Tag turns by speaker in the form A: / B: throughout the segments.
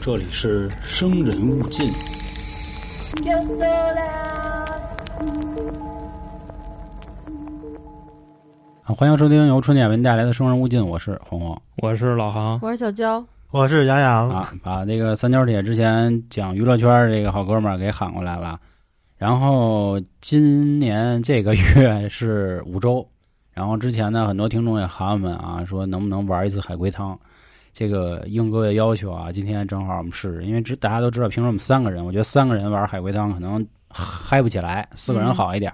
A: 这里是生人勿近。
B: You're so loud.
A: 啊欢迎收听由春点为您带来的《生人勿近》，我是红红
C: 我是老航，
D: 我是小娇，
E: 我是杨洋，
A: 啊。把那个三角铁之前讲娱乐圈儿这个好哥们儿给喊过来了，然后今年这个月 是五周，然后之前呢，很多听众也喊我们啊，说能不能玩一次海龟汤。这个应各位要求啊，今天正好我们试试，因为知大家都知道，平时我们三个人，我觉得三个人玩海龟汤可能嗨不起来，四个人
D: 嗯
A: 好一点。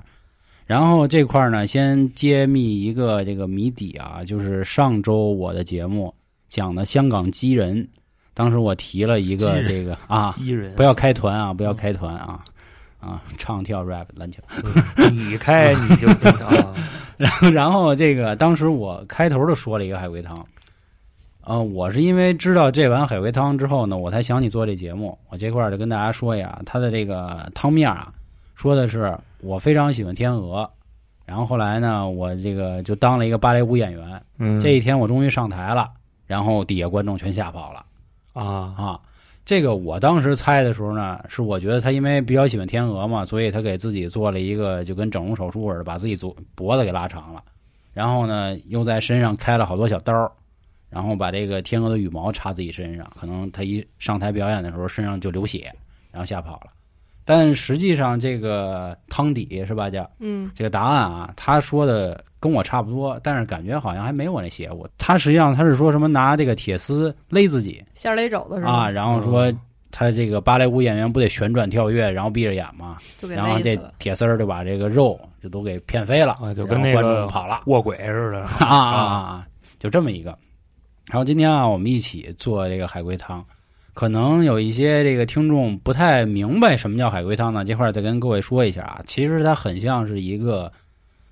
A: 然后这块儿呢，先揭秘一个这个谜底啊，就是上周我的节目讲的香港鸡人，当时我提了
E: 鸡
A: 一个
E: 人
A: 这个啊，
E: 鸡人
A: 不要开团啊，不要开团啊，啊，唱跳 rap 篮球。
C: 你开你就啊，
A: 然后这个当时我开头就说了一个海龟汤，呃，我是因为知道这碗海龟汤之后呢，我才想起做这节目。我这块儿就跟大家说一下，它的这个汤面啊，说的是我非常喜欢天鹅，然后后来呢，我这个就当了一个芭蕾舞演员。
C: 嗯
A: 这一天我终于上台了，然后底下观众全吓跑了。
C: 啊
A: 啊。这个我当时猜的时候呢，是我觉得他因为比较喜欢天鹅嘛，所以他给自己做了一个就跟整容手术似的，把自己左脖子给拉长了，然后呢又在身上开了好多小刀儿，然后把这个天鹅的羽毛插自己身上，可能他一上台表演的时候身上就流血，然后吓跑了。但实际上这个汤底是吧，叫
D: 嗯，
A: 这个答案啊，他说的跟我差不多，但是感觉好像还没我那邪乎。他实际上他是说什么拿这个铁丝勒自己，
D: 下勒肘子是
A: 啊，
D: 吧？
A: 然后
C: 嗯
A: 说他这个芭蕾舞演员不得旋转跳跃，然后闭着眼嘛，
D: 就给
A: 然后
D: 勒
A: 这
D: 死了。
A: 铁丝儿就把这个肉就都给骗飞了，
C: 啊，就
A: 然
C: 跟
A: 后
C: 那
A: 观众
C: 个
A: 跑了
C: 卧轨似的
A: 啊啊啊，就这么一个。然后今天啊，我们一起做这个海龟汤，可能有一些这个听众不太明白什么叫海龟汤呢，这块儿再跟各位说一下啊，其实它很像是一个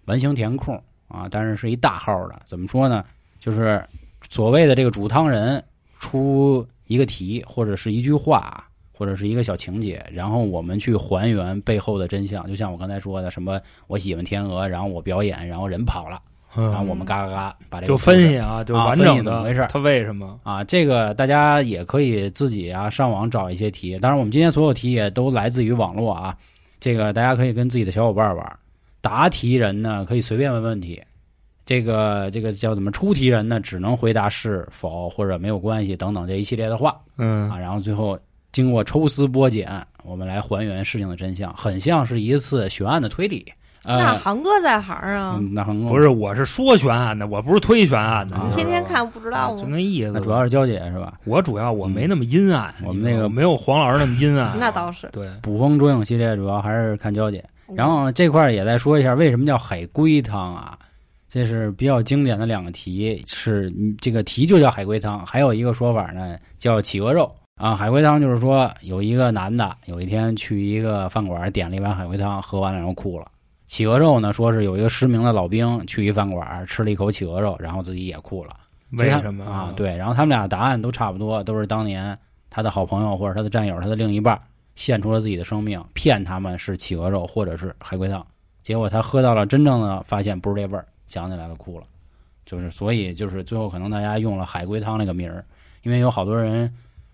A: 完形填空啊，但是是一大号的，怎么说呢？就是所谓的这个主汤人出一个题或者是一句话或者是一个小情节，然后我们去还原背后的真相。就像我刚才说的，什么我喜欢天鹅，然后我表演，然后人跑了，然后
C: 嗯，
A: 我们嘎嘎嘎把这个
C: 就分析啊，就
A: 啊
C: 完
A: 分析
C: 整
A: 怎么
C: 的，
A: 回事
C: 他为什么？
A: 啊，这个大家也可以自己啊上网找一些题，当然我们今天所有题也都来自于网络啊，这个大家可以跟自己的小伙伴玩。答题人呢可以随便问问题，这个这个叫怎么出题人呢只能回答是否或者没有关系等等这一系列的话
C: 嗯
A: 啊，然后最后经过抽丝剥茧，我们来还原事情的真相，很像是一次悬案的推理。
D: 那
A: 呃，
D: 航哥在行啊，
A: 嗯那很
C: 不是，我是说悬案的，我不是推悬案的，
A: 啊
C: 你知道吗
D: 天天看不知道
C: 啊就
D: 吗？
C: 那意
A: 那
C: 思。
A: 主要是娇姐是吧？
C: 我主要我没那么阴暗，
A: 嗯我们那个
C: 没有黄老师那么阴暗，
D: 那倒是。
C: 对，
A: 捕风捉影系列主要还是看娇姐。
D: 嗯
A: 然后这块儿也再说一下，为什么叫海龟汤啊？这是比较经典的两个题，是嗯这个题就叫海龟汤。还有一个说法呢，叫企鹅肉啊。海龟汤就是说，有一个男的有一天去一个饭馆点了一碗海龟汤，喝完了然后哭了。企鹅肉呢，说是有一个失明的老兵去一饭馆吃了一口企鹅肉，然后自己也哭了。
C: 为什么
A: 啊？，对，然后他们俩答案都差不多，都是当年他的好朋友或者他的战友、他的另一半献出了自己的生命，骗他们是企鹅肉或者是海龟汤，结果他喝到了真正的，发现不是这味儿，想起来了哭了，就是所以就是最后可能大家用了海龟汤这个名儿，因为有好多人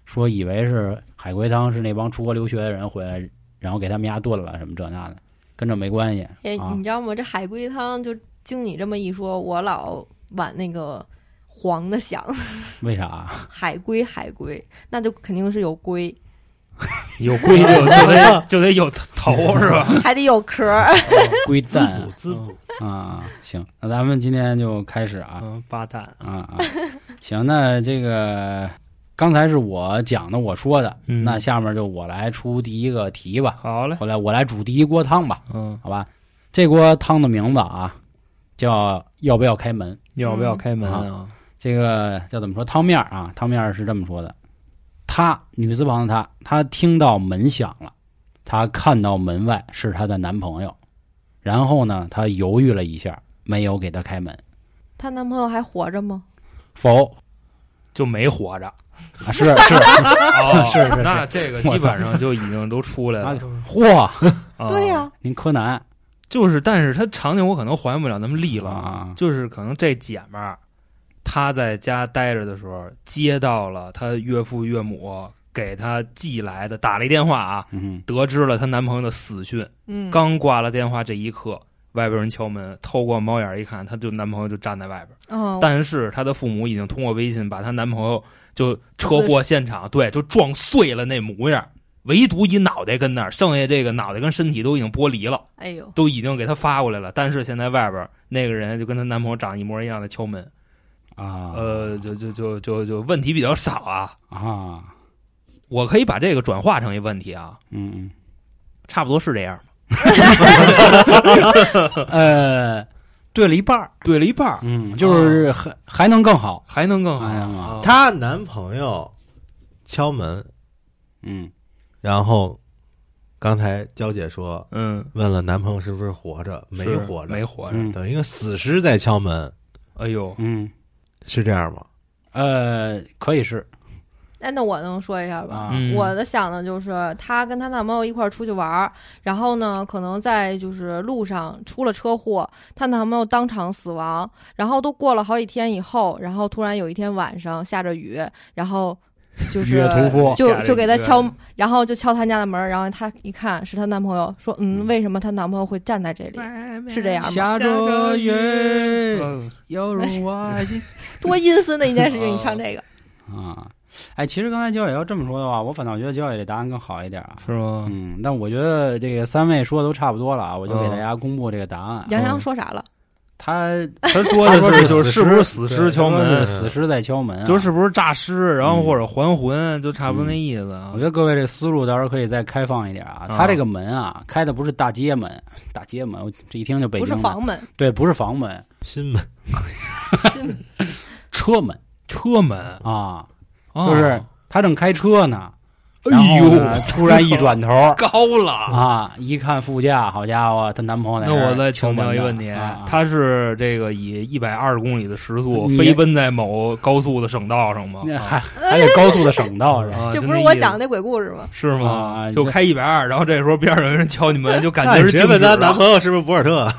A: 说以为是海龟汤是那帮出国留学的人回来，然后给他们家炖了什么这那的，跟这没关系
D: 哎，
A: 啊
D: 你知道吗？这海龟汤就经你这么一说，我老往那个黄的想，
A: 为啥？
D: 海龟海龟，那就肯定是有龟，
C: 有 规矩就得就得有头是吧？
D: 还得有壳儿。
A: 龟蛋
E: 补滋补，
A: 啊，行，那咱们今天就开始啊。
C: 嗯，八蛋，
A: 啊啊，行，那这个刚才是我讲的，我说的，
C: 嗯
A: 那下面就我来出第一个题吧，
C: 好嘞，
A: 我来我来煮第一锅汤吧，
C: 嗯，
A: 好吧？这锅汤的名字啊，叫要不要开门？
C: 要不要开门
A: 嗯
C: 啊？
A: 这个叫怎么说？汤面儿啊，汤面儿是这么说的：她女字旁的她，她听到门响了，她看到门外是她的男朋友，然后呢，她犹豫了一下，没有给她开门，
D: 她男朋友还活着吗？
A: 否
C: 就没活着，
A: 啊是是，
C: 哦，
A: 是是是
C: 那这个基本上就已经都出来了。
A: 嚯，呃
C: 啊
D: 对呀、
A: 您柯南。
C: 就是，但是他场景我可能还原不了那么利了
A: 啊
C: 就是可能这姐们儿她在家待着的时候，接到了她岳父岳母给她寄来的打了一电话啊，
A: 嗯
C: 得知了她男朋友的死讯。
D: 嗯，
C: 刚挂了电话这一刻，外边有人敲门，透过猫眼一看，她就男朋友就站在外边。
D: 嗯，
C: 但是她的父母已经通过微信把她男朋友就车祸现场对就撞碎了那模样，唯独一脑袋跟那儿，剩下这个脑袋跟身体都已经剥离了，
D: 哎呦，
C: 都已经给她发过来了。但是现在外边那个人就跟她男朋友长一模一样的敲门，
A: 啊
C: 呃，就就就就就问题比较少啊。
A: 啊
C: 我可以把这个转化成一问题啊，
A: 嗯
C: 差不多是这样。
A: 嗯呃，对了一半儿，
C: 对了一半儿，
A: 嗯，就是还还能更好，
C: 还能更好
A: 哎呀
C: 啊！
E: 她男朋友敲门，
A: 嗯
E: 然后刚才娇姐说
C: 嗯，
E: 问了男朋友是不是活着，没
C: 是
E: 活着，
C: 没活着。
A: 嗯
E: 等于一个死尸在敲门，
C: 哎呦，
A: 嗯
E: 是这样吗？
A: 呃，可以是
D: 哎那那我能说一下吧？
A: 啊，
C: 嗯
D: 我的想的就是，她跟她男朋友一块儿出去玩儿，然后呢，可能在就是路上出了车祸，她男朋友当场死亡，然后都过了好几天以后，然后突然有一天晚上下着雨，然后就是
A: 月屠夫
D: 就
C: 下着
D: 就给她
C: 雨
D: 敲，然后就敲她家的门儿，然后她一看是她男朋友，说嗯，
A: 嗯
D: 为什么她男朋友会站在这里？是这样吗？
A: 下着雨，
C: 嗯
A: 犹如我 心
D: 多阴森的一件事情，你唱这个，
A: 啊。哎，其实刚才娇姐要这么说的话，我反倒觉得娇姐这答案更好一点啊。
C: 是吗？
A: 嗯，但我觉得这个三位说的都差不多了啊，我就给大家公布这个答案。啊
D: 杨洋说啥了？
A: 他
C: 他说的是就是是不是死尸敲
A: 对
C: 门，
A: 死尸在敲门啊，
C: 就是不是诈尸，然后或者还魂，就差不多那意思啊。
A: 嗯我觉得各位这个思路到时候可以再开放一点啊。
C: 啊
A: 他这个门啊，开的不是大街门，大街门我这一听就北
D: 不
A: 京
D: 是
A: 的
D: 房门，
A: 对，不是房门，
E: 心门
A: 车门
C: 车门，
A: 啊，
C: 啊
A: 就是他正开车呢，然
C: 哎
A: 后
C: 呦
A: 呢，突然一转头
C: 高了。
A: 啊，一看副驾，好家伙，她男朋友在
C: 那
A: 儿
C: 我再
A: 敲
C: 请
A: 门
C: 教一
A: 呢
C: 个问题
A: 啊，啊
C: 他是这个以一百二十公里的时速
A: 你
C: 飞奔在某高速的省道上吗？
A: 那
C: 啊
A: 还还得高速的省道 是吧？
C: 啊
D: 这
C: 就
D: 不是
C: 那
D: 我
C: 意思
D: 讲的那鬼故事吗？
C: 是吗
A: 啊？
C: 就开一百二，然后这时候边上有人敲你门，就感
E: 那
C: 觉
E: 你
C: 是
E: 直接
C: 静
E: 问
C: 止
E: 她
C: 了
E: 男朋友是不是博尔 特？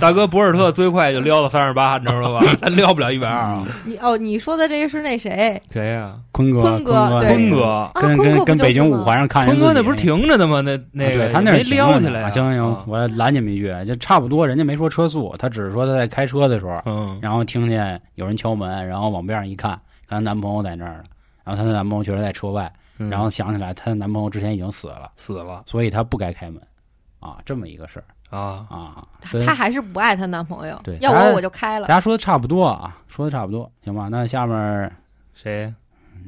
C: 大哥博尔特最快就撩到三十八，你知道 吧？他撩不了一百二
A: 嗯
C: 啊。
D: 你哦，你说的这个是那谁？
C: 谁呀？
A: 坤哥，
D: 坤哥
A: 哥，
D: 对
C: 坤。哥，
D: 啊，
A: 跟
D: 坤
A: 跟
D: 哥
A: 跟
D: 不就
A: 北京
D: 是
A: 五
D: 吗
A: 环上看见
C: 坤
A: 自己
C: 哥
A: 那
C: 那不是停着呢吗？那那
A: 啊对
C: 个
A: 他那
C: 没
A: 是停着
C: 撩起
A: 呢
C: 来
A: 啊
C: 啊。
A: 行行
C: 啊，
A: 我拦你们一句，就差不多。人家没说车速，他只是说他在开车的时候，
C: 嗯，
A: 然后听见有人敲门，然后往边上一看，看她男朋友在那儿呢。然后她的男朋友确实在车外，
C: 嗯
A: 然后想起来她的男朋友之前已经死了，
C: 死了
A: 所以她不该开门，啊，这么一个事儿
C: 啊。
A: 啊。所以
D: 她还是不爱她男朋友
A: 对，
D: 要
A: 她
D: 我我就开
A: 大
D: 了。
A: 家说的差不多啊，说的差不多，行吧？那下面儿
C: 谁？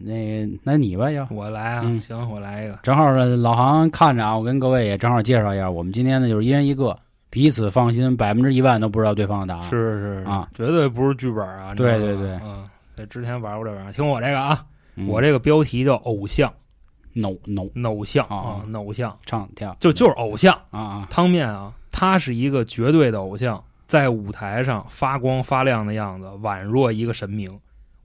A: 那那你吧，要
C: 我来啊！
A: 嗯
C: 行，我来一个。
A: 正好呢老航看着啊，我跟各位也正好介绍一下，我们今天呢就是一人一个，彼此放心，百分之一万都不知道对方的答案。
C: 是是
A: 啊，
C: 绝对不是剧本啊！你知
A: 对
C: 道
A: 对
C: 吧
A: 对
C: 嗯，对，之前玩过这玩意儿。听我这个啊，
A: 嗯，
C: 我这个标题叫“偶像
A: no no
C: 偶像
A: 啊
C: 啊，偶像
A: 唱跳
C: 就就是偶像。
A: 啊啊
C: 汤面啊，他是一个绝对的偶像，在舞台上发光发亮的样子，宛若一个神明。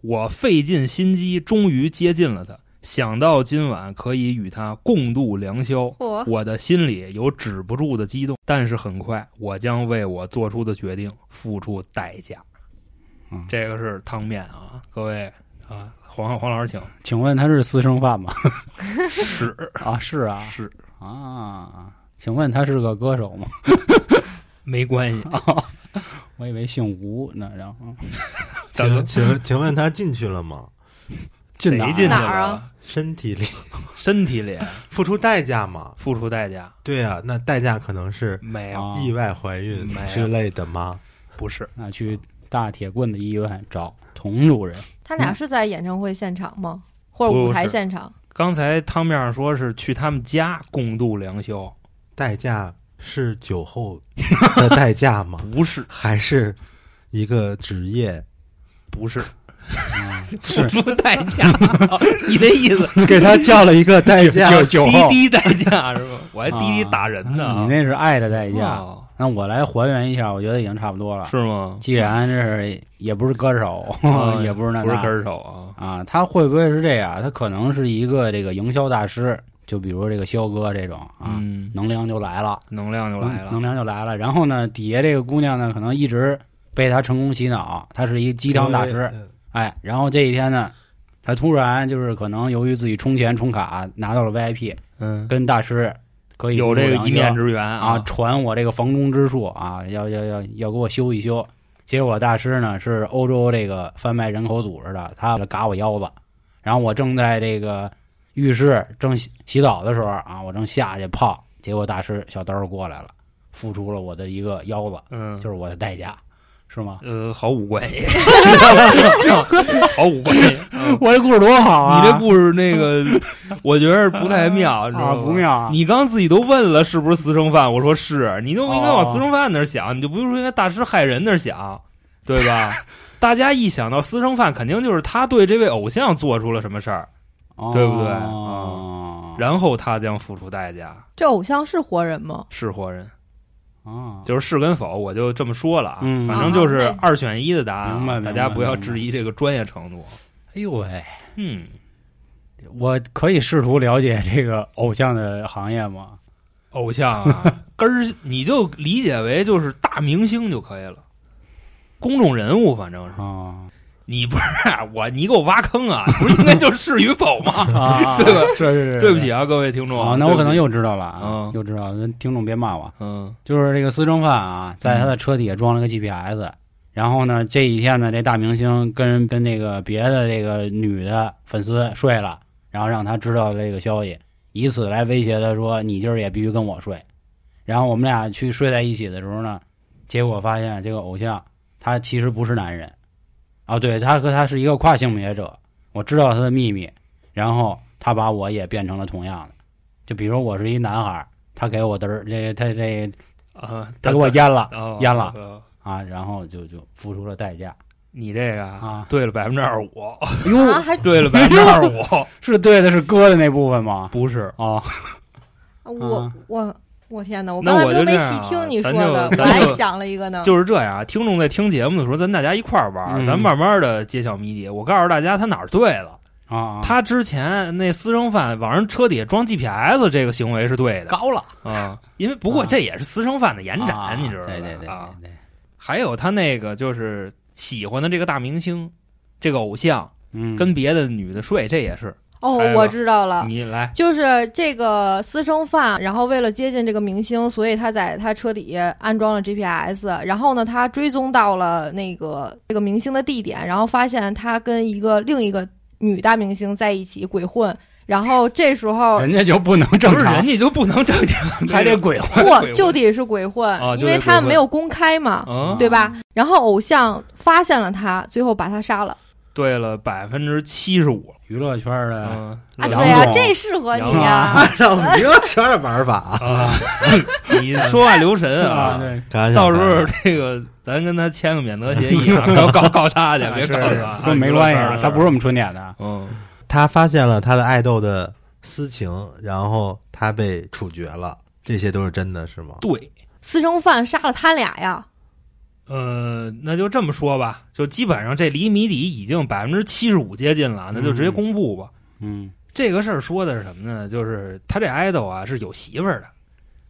C: 我费尽心机，终于接近了他。想到今晚可以与他共度良宵，
D: 嚯，
C: 我的心里有止不住的激动。但是很快，我将为我做出的决定付出代价。
A: 嗯
C: 这个是汤面啊，各位啊，黄黄老师请。
A: 请问他是私生饭吗？
C: 是
A: 啊，是啊
C: 是，
A: 啊。请问他是个歌手吗？
C: 没关系。
A: 我以为姓吴呢，然后
C: 大哥
E: 请请请问她进去了吗？
A: 进
C: 谁
A: 哪
C: 进去
A: 儿
D: 哪
C: 了？
D: 儿啊
E: 身体里
C: 身体里
E: 付出代价吗？
C: 付出代价
E: 对啊，那代价可能是
C: 没有？
A: 啊
E: 意外怀孕
C: 没有
E: 之类的吗？
C: 不是。
A: 那去大铁棍子医院找佟主任。
D: 他俩是在演唱会现场吗？或者舞台现场？
C: 刚才汤面上说是去他们家共度良宵，
E: 代价是酒后的代价吗？
C: 不是，
E: 还是一个职业？
C: 不是，
A: 啊
C: 付出代 价。你那意思，啊
E: 给他叫了一个代价，
A: 九九
C: 滴
A: 后，
C: 滴代价是吧？我还滴滴打人呢
A: 啊
C: 啊，
A: 你那是爱的代价。
C: 哦
A: 那我来还原一下，我觉得已经差不多了。
C: 是吗？
A: 既然是也不是歌手
C: 啊，
A: 也不是那
C: 不是
A: 那
C: 跟手啊，
A: 啊，他会不会是这样？他可能是一个这个营销大师，就比如这个肖哥这种啊，
C: 嗯，
A: 能量就来了。嗯
C: 能量就来
A: 能
C: 了
A: 能，量就来了。然后呢，底下这个姑娘呢，可能一直被他成功洗脑，她是一个鸡汤大师，
E: 嗯，
A: 哎，然后这一天呢，他突然就是可能由于自己充钱充卡拿到了 VIP，
C: 嗯，
A: 跟大师可以
C: 有这个一面之缘
A: 啊，传我这个房中之术啊，要要要要给我修一修。结果大师呢是欧洲这个贩卖人口组织的，他嘎我腰子，然后我正在这个浴室正洗洗澡的时候啊，我正下去泡，结果大师小刀过来了，付出了我的一个腰子，
C: 嗯，
A: 就是我的代价，是吗？
C: 呃，好五贵， 好五贵。嗯
A: 我这故事多好
C: 你
A: 啊！
C: 这故事那个，我觉得不太妙，你知道
A: 啊
C: 吗
A: 不。妙啊！
C: 你刚自己都问了是不是私生饭，我说是，你就应该往
A: 哦
C: 私生饭那儿想，你就不是说应该大师害人那儿想，对吧？ 大家一想到私生饭，肯定就是他对这位偶像做出了什么事儿，对不对啊
A: 哦
C: 然后他将付出代价。
D: 这偶像是活人吗？
C: 是活人，
A: 啊，
C: 就是是跟否，我就这么说了啊，
A: 嗯
C: 反正就是
D: 啊
C: 二选一的答案
A: 明白
C: 啊，
A: 明
C: 大
A: 白
C: 家不要质疑这个专业程度。
A: 哎呦喂，
C: 嗯，
A: 我可以试图了解这个偶像的行业吗？
C: 偶像啊，根儿你就理解为就是大明星就可以了，公众人物反正是。
A: 啊
C: 你不是啊我，你给我挖坑啊！不是应该就是是与 否 吗？
A: 啊，
C: 对吧？
A: 是是是，
C: 对不起啊，各位听众
A: 啊，那我可能
C: 又
A: 又知道了啊
C: 嗯，
A: 又知道了，听众别骂我。啊
C: 嗯
A: 就是这个私生饭啊，在他的车底下装了个 GPS，、然后呢，这一天呢，这大明星跟跟那个别的这个女的粉丝睡了，然后让他知道这个消息，以此来威胁他说你今儿也必须跟我睡。然后我们俩去睡在一起的时候呢，结果发现这个偶像他其实不是男人，啊，对他和他是一个跨性别者，我知道他的秘密，然后他把我也变成了同样的，就比如我是一男孩儿，他给我嘚儿，这他这
C: 啊，
A: 他给我淹了
C: 哦
A: 淹了
C: 呃
A: 啊，然后就就付出了代价
C: 你这个
A: 啊
C: 对了百分之二十五，哦
D: 啊，还
C: 对 了百分之二十五，
A: 是对的，是哥的那部分吗？
C: 不是。
A: 哦，
D: 我
A: 啊
D: 我我天哪！我
C: 那
D: 刚才
C: 我
D: 都
C: 就
D: 没
C: 这样
D: 细
C: 啊
D: 听你
C: 咱
D: 说
C: 就
D: 的，我
C: 咱
D: 还
C: 就
D: 想了一个呢。
C: 就是这样啊，听众在听节目的时候，咱大家一块儿玩儿，
A: 嗯
C: 咱慢慢的揭晓谜底。我告诉大家，他哪儿对了。
A: 啊啊，
C: 他之前那私生饭往人车底下装 GPS 这个行为是对的
A: 高了
C: 啊，因为不过
A: 啊
C: 这也是私生饭的延展，你知道吧？
A: 对对对
C: 啊，
A: 对，
C: 还有他那个就是喜欢的这个大明星，这个偶像
A: 嗯，啊
C: 跟别的女的睡，这也是
D: 哦
C: 开，吧
D: 我知道了。
C: 你来
D: 就是这个私生饭，然后为了接近这个明星，所以他在他车底下安装了 GPS，然后呢，他追踪到了那个这个明星的地点，然后发现他跟一个另一个女大明星在一起鬼混，然后这时候
A: 人家就不能正
C: 不是人
A: 常，
C: 家就不能正经，
A: 还得 鬼混
D: 不就得是鬼混，
C: 啊就
D: 因
C: 得
D: 为
C: 鬼
D: 他
C: 混
D: 没有公开嘛，
C: 嗯，
D: 对吧？然后偶像发现了他，最后把他杀了。
C: 对了百分之七十五，
A: 娱乐圈的
C: 嗯，
D: 啊，
A: 杨
D: 对呀、
A: 总
D: 这适合你
C: 杨
D: 呀、
E: 让娱乐圈的玩法啊，
C: 啊， 你说话留神啊。
A: 对，
E: 想想
C: 到时候
E: 看
C: 这个，咱跟他签个免责协 议啊，要告告他去，别
A: 是
C: 告他，
A: 跟我没关系啊，他不是
C: 是，
A: 我们春点的，
C: 嗯，
E: 他发现了他的爱豆的私情，然后他被处决了，这些都是真的是吗？
C: 对，
D: 私生饭杀了他俩呀，
C: 呃，那就这么说吧，就基本上这离谜底已经百分之七十五接近了，那就直接公布吧。
A: 嗯
C: 这个事儿说的是什么呢？就是他这 idol 啊是有媳妇儿的，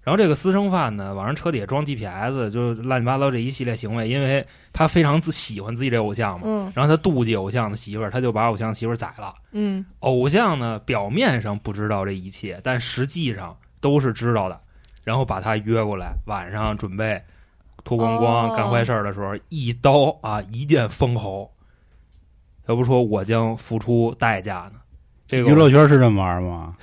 C: 然后这个私生饭呢往人车底下装 GPS，就乱七八糟这一系列行为，因为他非常自喜欢自己这偶像嘛，
D: 嗯
C: 然后他妒忌偶像的媳妇儿，他就把偶像媳妇儿宰了。
D: 嗯，
C: 偶像呢表面上不知道这一切，但实际上都是知道的，然后把他约过来，晚上准备脱光光、
D: 哦
C: 干坏事儿的时候，一刀啊一剑封喉。要不说我将付出代价呢？这个
A: 娱乐圈是这么玩吗？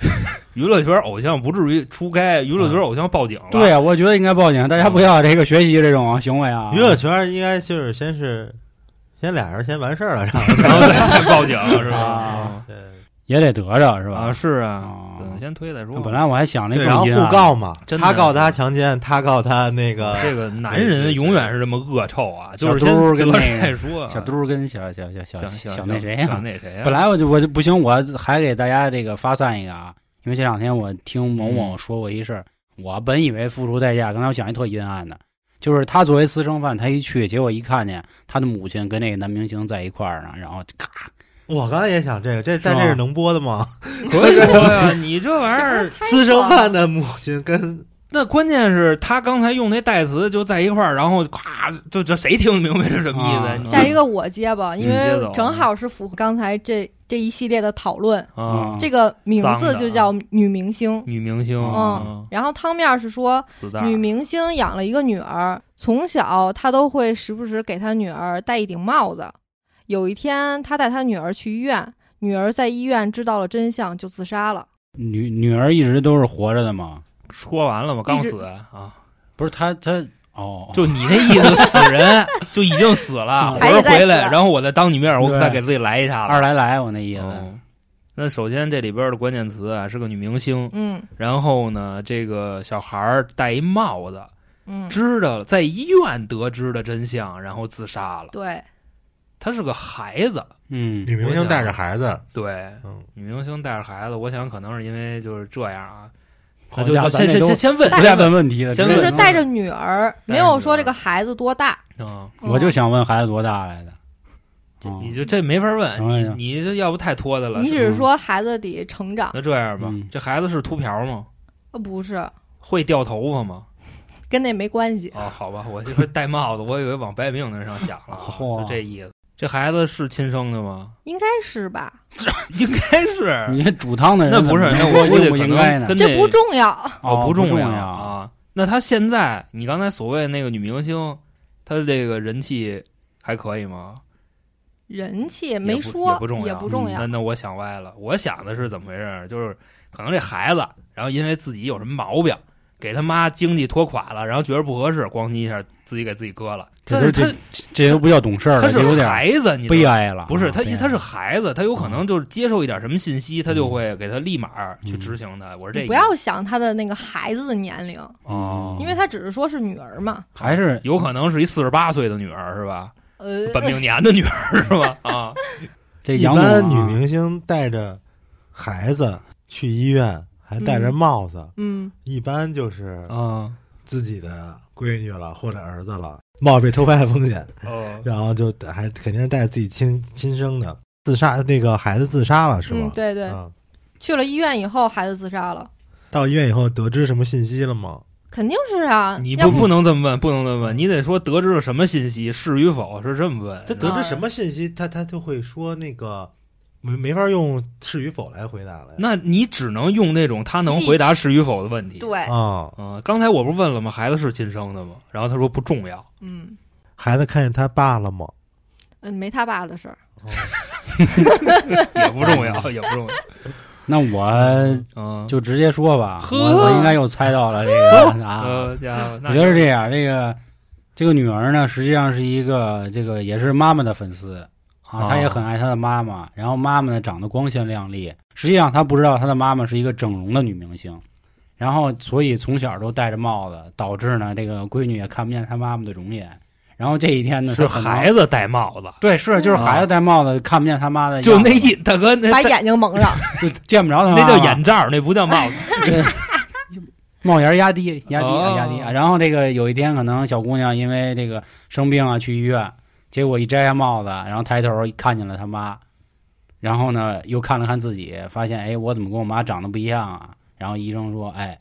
C: 娱乐圈偶像不至于出街，娱乐圈偶像报警了。
A: 对啊，我觉得应该报警，大家不要这个学习这种行为啊，
E: 娱乐圈应该就是先是先俩人先完事儿了，然后
C: 然后再再报警是吧
A: 啊？
E: 对
A: 也得得着是吧
C: 啊，？是啊
A: 哦，
C: 嗯先推再说
A: 那。本来我还想那
E: 对，然后
A: 更阴暗
E: 互告嘛，
C: 啊真的
E: 他告他强奸，他告他那个，
C: 这个男人永远是这么恶臭啊，
A: 小
C: 就是
A: 嘟
C: 先
A: 儿跟那
C: 得着
A: 个
C: 再说啊。
A: 小嘟儿跟小小小小
C: 小
A: 小
C: 小
A: 那谁啊呀
C: 小？那谁呀？啊
A: 本 来我就我就不行，我还给大家这个发散一个啊，因为这两天我听某某说过一事儿，我本以为付出代价，刚才我想一特阴暗的，就是他作为私生饭，他一去，结果一看见他的母亲跟那个男明星在一块儿呢，然后咔，
E: 我刚才也想这个，这但
A: 是吗
E: 这是能播的吗？
C: 啊 可以说呀，你这玩意
D: 这不
C: 儿
D: 是猜
E: 私生
D: 测
E: 饭的母亲跟
C: 那关键是他刚才用那代词就在一块儿，然后咔，就这谁听明白是什么意思？
A: 啊
C: 你知道吗
D: 下一个我接吧，因
C: 嗯你接
D: 为
C: 走
D: 正好是符合刚才这这一系列的讨论。
C: 啊，
D: 这个名
C: 脏的
D: 字
C: 啊
D: 就叫女明星。
C: 女明星，
A: 嗯
C: 啊，
D: 然后汤面是说，
C: 死蛋儿
D: 女明星养了一个女儿，从小她都会时不时给她女儿戴一顶帽子。有一天，她带她女儿去医院，女儿在医院知道了真相就自杀了。
A: 女女儿一直都是活着的吗？
C: 说完了吗？刚
D: 一直
C: 死啊，
A: 不是，她她哦，
C: 就你那意思，死人就已经死 了，
A: 嗯
C: 活
D: 还
C: 着
D: 得再
C: 回
D: 死
C: 来，然后我再当你面，我
A: 对
C: 再给自己来一下子
A: 二。来来，我那意思。
C: 哦那首先这里边的关键词啊是个女明星，
D: 嗯
C: 然后呢，这个小孩儿戴一帽子，
D: 嗯，
C: 知道了在医院得知的真相，然后自杀了。
D: 对，
C: 他是个孩子，
A: 嗯，
E: 女明
C: 我
E: 星
C: 想
E: 带着孩子，
C: 对，
E: 嗯，
C: 女明星带着孩子，我想可能是因为就是这样啊，
A: 好
C: 那就
A: 家伙
C: 先
A: 咱这
C: 先
A: 都
C: 先先问，
A: 不
C: 先
A: 再问问题了，
C: 先
A: 直
D: 就
A: 接
D: 是
C: 问
D: 带着女儿，没有说这个孩子多大。
C: 啊，
D: 嗯
A: 我就想问孩子多大来的。
C: 这
A: 哦
C: 嗯你就这没法
A: 行了行
C: 问，
A: 了
C: 你你这要不太拖的了
D: 你。只是说孩子得成长，
C: 那这样吧
A: 嗯，
C: 这孩子是秃瓢吗？
D: 呃不是
C: 会掉头发吗？
D: 跟那没关系。
C: 哦，好吧，我就说戴帽子，我以为往白命那上想了啊，
A: 嚯
C: 就这意思。这孩子是亲生的吗？
D: 应该是吧？
C: 应该是，
A: 你这煮汤的人
C: 那不是，
A: 怎么
C: 那我
A: 应
C: 估计
A: 不
C: 可
A: 应该
C: 能
A: 呢
C: 跟？
D: 这不重要，
C: 哦，
A: 不
C: 重
A: 要
C: 啊。那她现在，你刚才所谓那个女明星，她的这个人气还可以吗？
D: 人气
C: 也
D: 没
C: 不
D: 说，
C: 也不重要啊嗯
A: 对
C: 那那我想歪了，我想的是怎么回事儿？就是可能这孩子，然后因为自己有什么毛病，给他妈经济拖垮了，然后觉得不合适，咣叽一下自己给自己割了。
A: 这
C: 但
A: 就是这
C: 他
A: 这都不叫懂事儿
C: 他
A: 了，
C: 是
A: 这有点
C: 孩子，你知道
A: 悲
C: 吗
A: 哀了。
C: 不是
A: 啊嗯
C: 他
A: 悲哀
C: 他是孩子，他有可能就是接受一点什么信息，他就会给他立马去
A: 嗯
C: 执行他。我是这
D: 你
C: 意
D: 不
C: 思
D: 要想他的那个孩子的年龄，
C: 哦，
D: 因为他只是说是女儿嘛。
A: 啊还是
C: 有可能是一四十八岁的女儿是吧？
D: 呃，
C: 本命年的女儿是吧？ 啊，
A: 这
E: 一
A: 杨总啊
E: 般女明星带着孩子去医院，还戴着帽子，
D: 嗯，
E: 一般就是
C: 啊，
E: 自己的闺女了或者儿子了，冒被偷拍的风险，
C: 哦，
E: 然后就还肯定是带自己亲亲生的，自杀那个孩子自杀了是吧？
D: 嗯，对对，
E: 嗯
D: 去了医院以后，孩子自杀了，
E: 到医院以后得知什么信息了吗？
D: 肯定是啊。
C: 你
D: 要
C: 不
D: 不
C: 不能这么问，不能这么问，你得说得知了什么信息，是与否是这么问。
E: 他得知什
D: 啊
E: 么信息，他他就会说那个没没法用是与否来回答了呀。
C: 那你只能用那种他能回答是与否的问题。
D: 对，
E: 啊、
C: 啊，刚才我不是问了吗？孩子是亲生的吗？然后他说不重要。
D: 嗯
E: 孩子看见他爸了吗？
D: 嗯，没他爸的事儿。
C: 也不重要，也不重要。
A: 那我
C: 嗯，
A: 就直接说吧，
C: 呵
A: 我我应该又猜到了这个啊。
C: 呃，家伙，
A: 我
C: 那
A: 觉得是这样，这个这个女儿呢，实际上是一个这个也是妈妈的粉丝啊，
C: 哦
A: 她也很爱她的妈妈。然后妈妈呢长得光鲜亮丽，实际上她不知道她的妈妈是一个整容的女明星，然后所以从小都戴着帽子，导致呢这个闺女也看不见她妈妈的容颜。然后这一天呢，
C: 是
A: 她可能
C: 孩子戴帽子，
A: 对，是就是
C: 嗯
A: 孩子戴帽子看不见他妈的样子，啊
C: 就那一大哥那
D: 把
C: 戴
D: 眼睛蒙 上，
A: 就见不着他妈，
C: 那叫眼罩，那不叫帽 子。
A: 帽檐压低，压低，
C: 哦
A: 压低。啊然后这个有一天，可能小姑娘因为这个生病啊，去医院，结果一摘下帽子，然后抬头看见了他妈，然后呢又看了看自己，发现哎，我怎么跟我妈长得不一样啊？然后医生说，哎，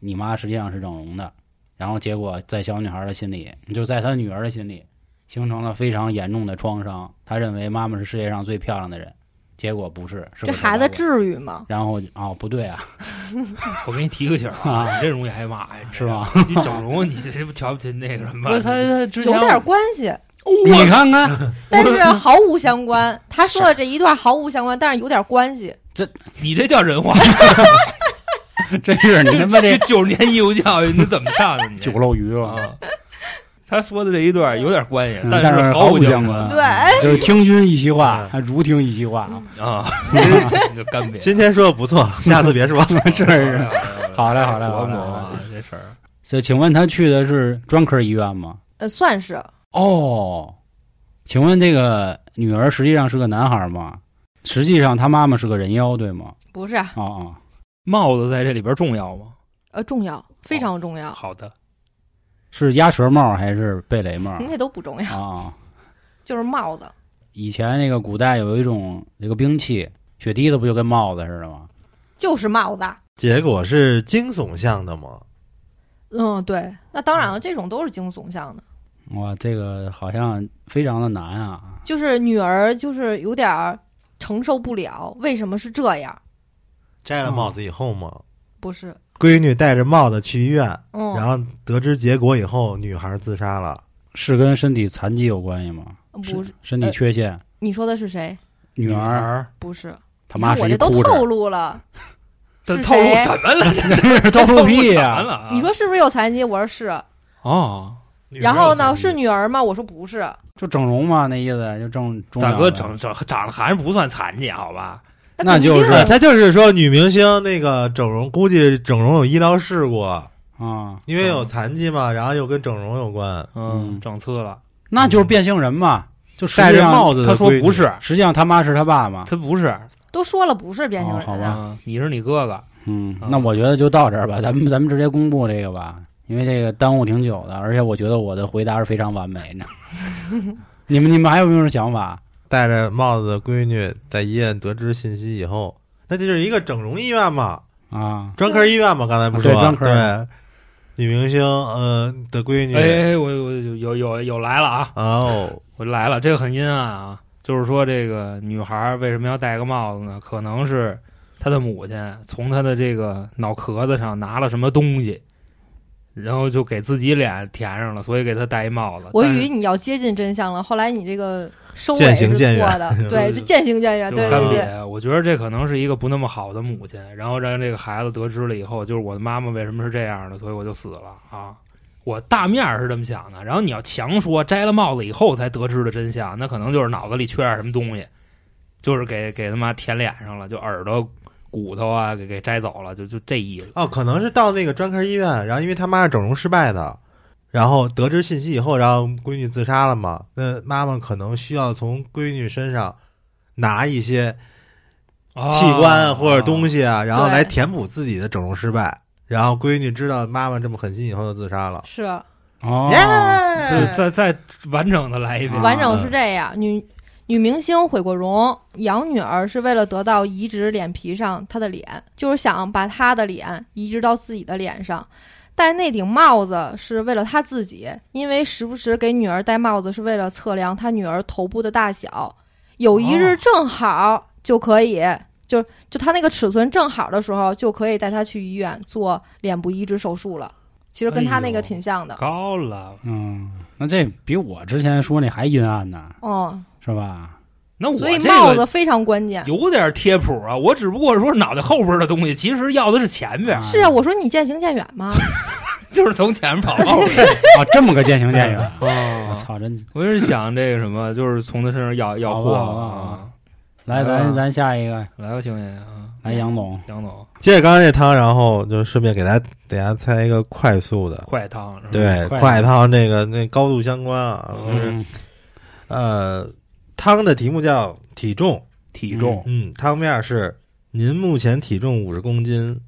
A: 你妈实际上是整容的。然后结果在小女孩的心里，就在她女儿的心里，形成了非常严重的创伤。她认为妈妈是世界上最漂亮的人，结果不是，是
D: 这
A: 个
D: 孩
A: 小
D: 子
A: 白脸。
D: 至于吗？
A: 然后哦，不对啊，
C: 我给你提个醒啊，你这容易挨骂呀，
A: 是吧？
C: 你整容，你这不瞧不起那个什么？
A: 不是她她之前
D: 有点关系，
A: 你看看。
D: 但是毫无相关。他说的这一段毫无相关，但是有点关系。
C: 你这叫人话，
A: 真是 你他妈
C: 这
A: 这
C: 九十年义务教育，你怎么上的？你
A: 酒漏鱼了，
C: 啊？他说的这一段有点关系
A: 嗯，但
C: 是
A: 是
C: 毫
A: 毫无
C: 相
A: 相关
D: 对，哎
A: 就是听君一席话
E: 嗯，
A: 还如听一席
D: 嗯
A: 话。
C: 啊！你就干瘪，啊
E: 今天说的不错，下次别说了。
A: 是是，好嘞好嘞
C: 琢
A: 好
C: 磨
A: 嘞
C: 琢磨
A: 好嘞
C: 啊这事儿。
A: 这请问他去的是专科医院吗？
D: 呃，算是
A: 哦，请问这个女儿实际上是个男孩吗？实际上他妈妈是个人妖，对吗？
D: 不是？啊
A: 哦哦，
C: 帽子在这里边重要吗？
D: 呃，重要，非常重要。
C: 好的，
A: 是鸭舌帽还是贝雷帽？
D: 那都不重要，
A: 啊啊！
D: 就是帽子。
A: 以前那个古代有一种这个兵器，雪滴子不就跟帽子似的吗？
D: 就是帽子，
E: 结果是惊悚向的吗？
D: 嗯，对，那当然了，这种都是惊悚向的，
A: 哇，这个好像非常的难啊！
D: 就是女儿就是有点儿承受不了，为什么是这样？
E: 摘了帽子以后嘛，
D: 不是，
E: 嗯闺女戴着帽子去医院，
D: 嗯，
E: 然后得知结果以后，女孩自杀了。
A: 是跟身体残疾有关系吗？
D: 不是，
A: 身体缺陷，
D: 你说的是谁？
A: 女儿
C: 儿，
D: 不是，
A: 他妈
D: 我
A: 是
D: 这
A: 一
D: 都
A: 哭
D: 透
A: 着，
D: 露了，
C: 这
D: 是
C: 透露
D: 谁
C: 什么 了？
A: 这都
C: 透
A: 是屁
C: 什么
A: 呀！
C: 了啊？
D: 你说是不是有残疾？我说是，
C: 哦，
D: 然后呢，是
E: 女
D: 女儿吗？我说不是，
A: 就整容嘛，那意思就整中
C: 大
A: 了
C: 哥
A: 呗
C: 整整长得还是不算残疾，好吧？
A: 那
D: 肯定
A: 就是
E: 孩子，对他就是说女明星那个整容，估计整容有医疗事故，
A: 啊，
E: 因为有残疾嘛，然后又跟整容有关。
A: 嗯
C: 整次了，
A: 那就是变性人嘛，就实际
E: 戴着
A: 上
E: 帽子的
A: 他说
E: 闺女
A: 不是，实际上他妈是他爸嘛。
C: 他不
A: 啊
C: 是
D: 都说了不是变性
A: 哦好
D: 人啊，
A: 吧
C: 嗯，你是你哥哥，
A: 嗯，
C: 啊
A: 那我觉得就到这儿吧，咱们咱们直接公布这个吧，因为这个耽误挺久的，而且我觉得我的回答是非常完美 的。你们你们还有没有想法？
E: 戴着帽子的闺女在医院得知信息以后，那就是一个整容医院嘛，
A: 啊，
E: 专科医院嘛，刚才不
A: 对
E: 说啊
A: 专科
E: 对女明星呃的闺女，
C: 哎，我我有有有来了啊，
E: 哦，
C: 我来了，这个很阴暗啊，就是说这个女孩为什么要戴个帽子呢？可能是她的母亲从她的这个脑壳子上拿了什么东西。然后就给自己脸填上了，所以给她戴一帽子。
D: 我以
C: 但是
D: 为你要接近真相了，后来你这个收尾
E: 渐
D: 是
E: 行
D: 错
E: 渐远
D: 的，对，
C: 就
D: 就渐行渐远，
C: 就
D: 啊对
C: 干
D: 对
E: 是
D: 对，
C: 瘪，我觉得这可能是一个不那么好的母亲，然后让这个孩子得知了以后，就是我的妈妈为什么是这样的，所以我就死了啊。我大面儿是这么想的，然后你要强说摘了帽子以后才得知的真相，那可能就是脑子里缺点什么东西，就是给给他妈填脸上了，就耳朵骨头啊给给摘走了，就就这意思。
E: 哦，可能是到那个专科医院，然后因为他妈是整容失败的，然后得知信息以后，然后闺女自杀了嘛。那妈妈可能需要从闺女身上拿一些器官啊或者东
C: 西，
E: 西啊，然后
D: 对
E: 来填补自己的整容失败。然后闺女知道妈妈这么狠心以后，就自杀了。
D: 是
A: 哦，
C: 啊就是
E: 耶！
C: 再再完整的来一遍。
A: 啊
D: 完整是这样，女女明星毁过容，养女儿是为了得到移植脸皮上她的脸，就是想把她的脸移植到自己的脸上。戴那顶帽子是为了她自己，因为时不时给女儿戴帽子是为了测量她女儿头部的大小，有一日
C: 哦
D: 正好就可以，就就她那个尺寸正好的时候，就可以带她去医院做脸部移植手术了。其实跟她那
C: 哎
D: 个
C: 呦
D: 挺像的，
C: 高了，
A: 嗯，那这比我之前说那还阴暗呢，
D: 嗯，
A: 是吧？
C: 那我
D: 所以
C: 这
D: 帽
C: 个
D: 子非常关 键。
C: 有点贴谱啊！我只不过是说脑袋后边的东西，其实要的是前边，
A: 啊
D: 是啊，我说你渐行渐远 嘛，
C: 就是从前面跑后 边。，
A: 啊，这么个渐行渐远
C: 哦
A: 我操，真
C: 我是想这个什么，就是从他身上
E: 哦
C: 要要货
A: 好吧好吧好吧。来，咱
C: 啊
A: 咱下一个，
C: 来吧，兄弟啊，
A: 来杨总，
C: 杨总，
E: 接着刚才这汤，然后就顺便给大家给大家猜一个快速的，
C: 快汤是吧
E: 对，
A: 嗯快
E: 快汤这个那高度相关啊，就是
A: 嗯，
E: 呃，汤的题目叫体重。
C: 体重
E: 嗯，汤面是您目前体重五十公斤，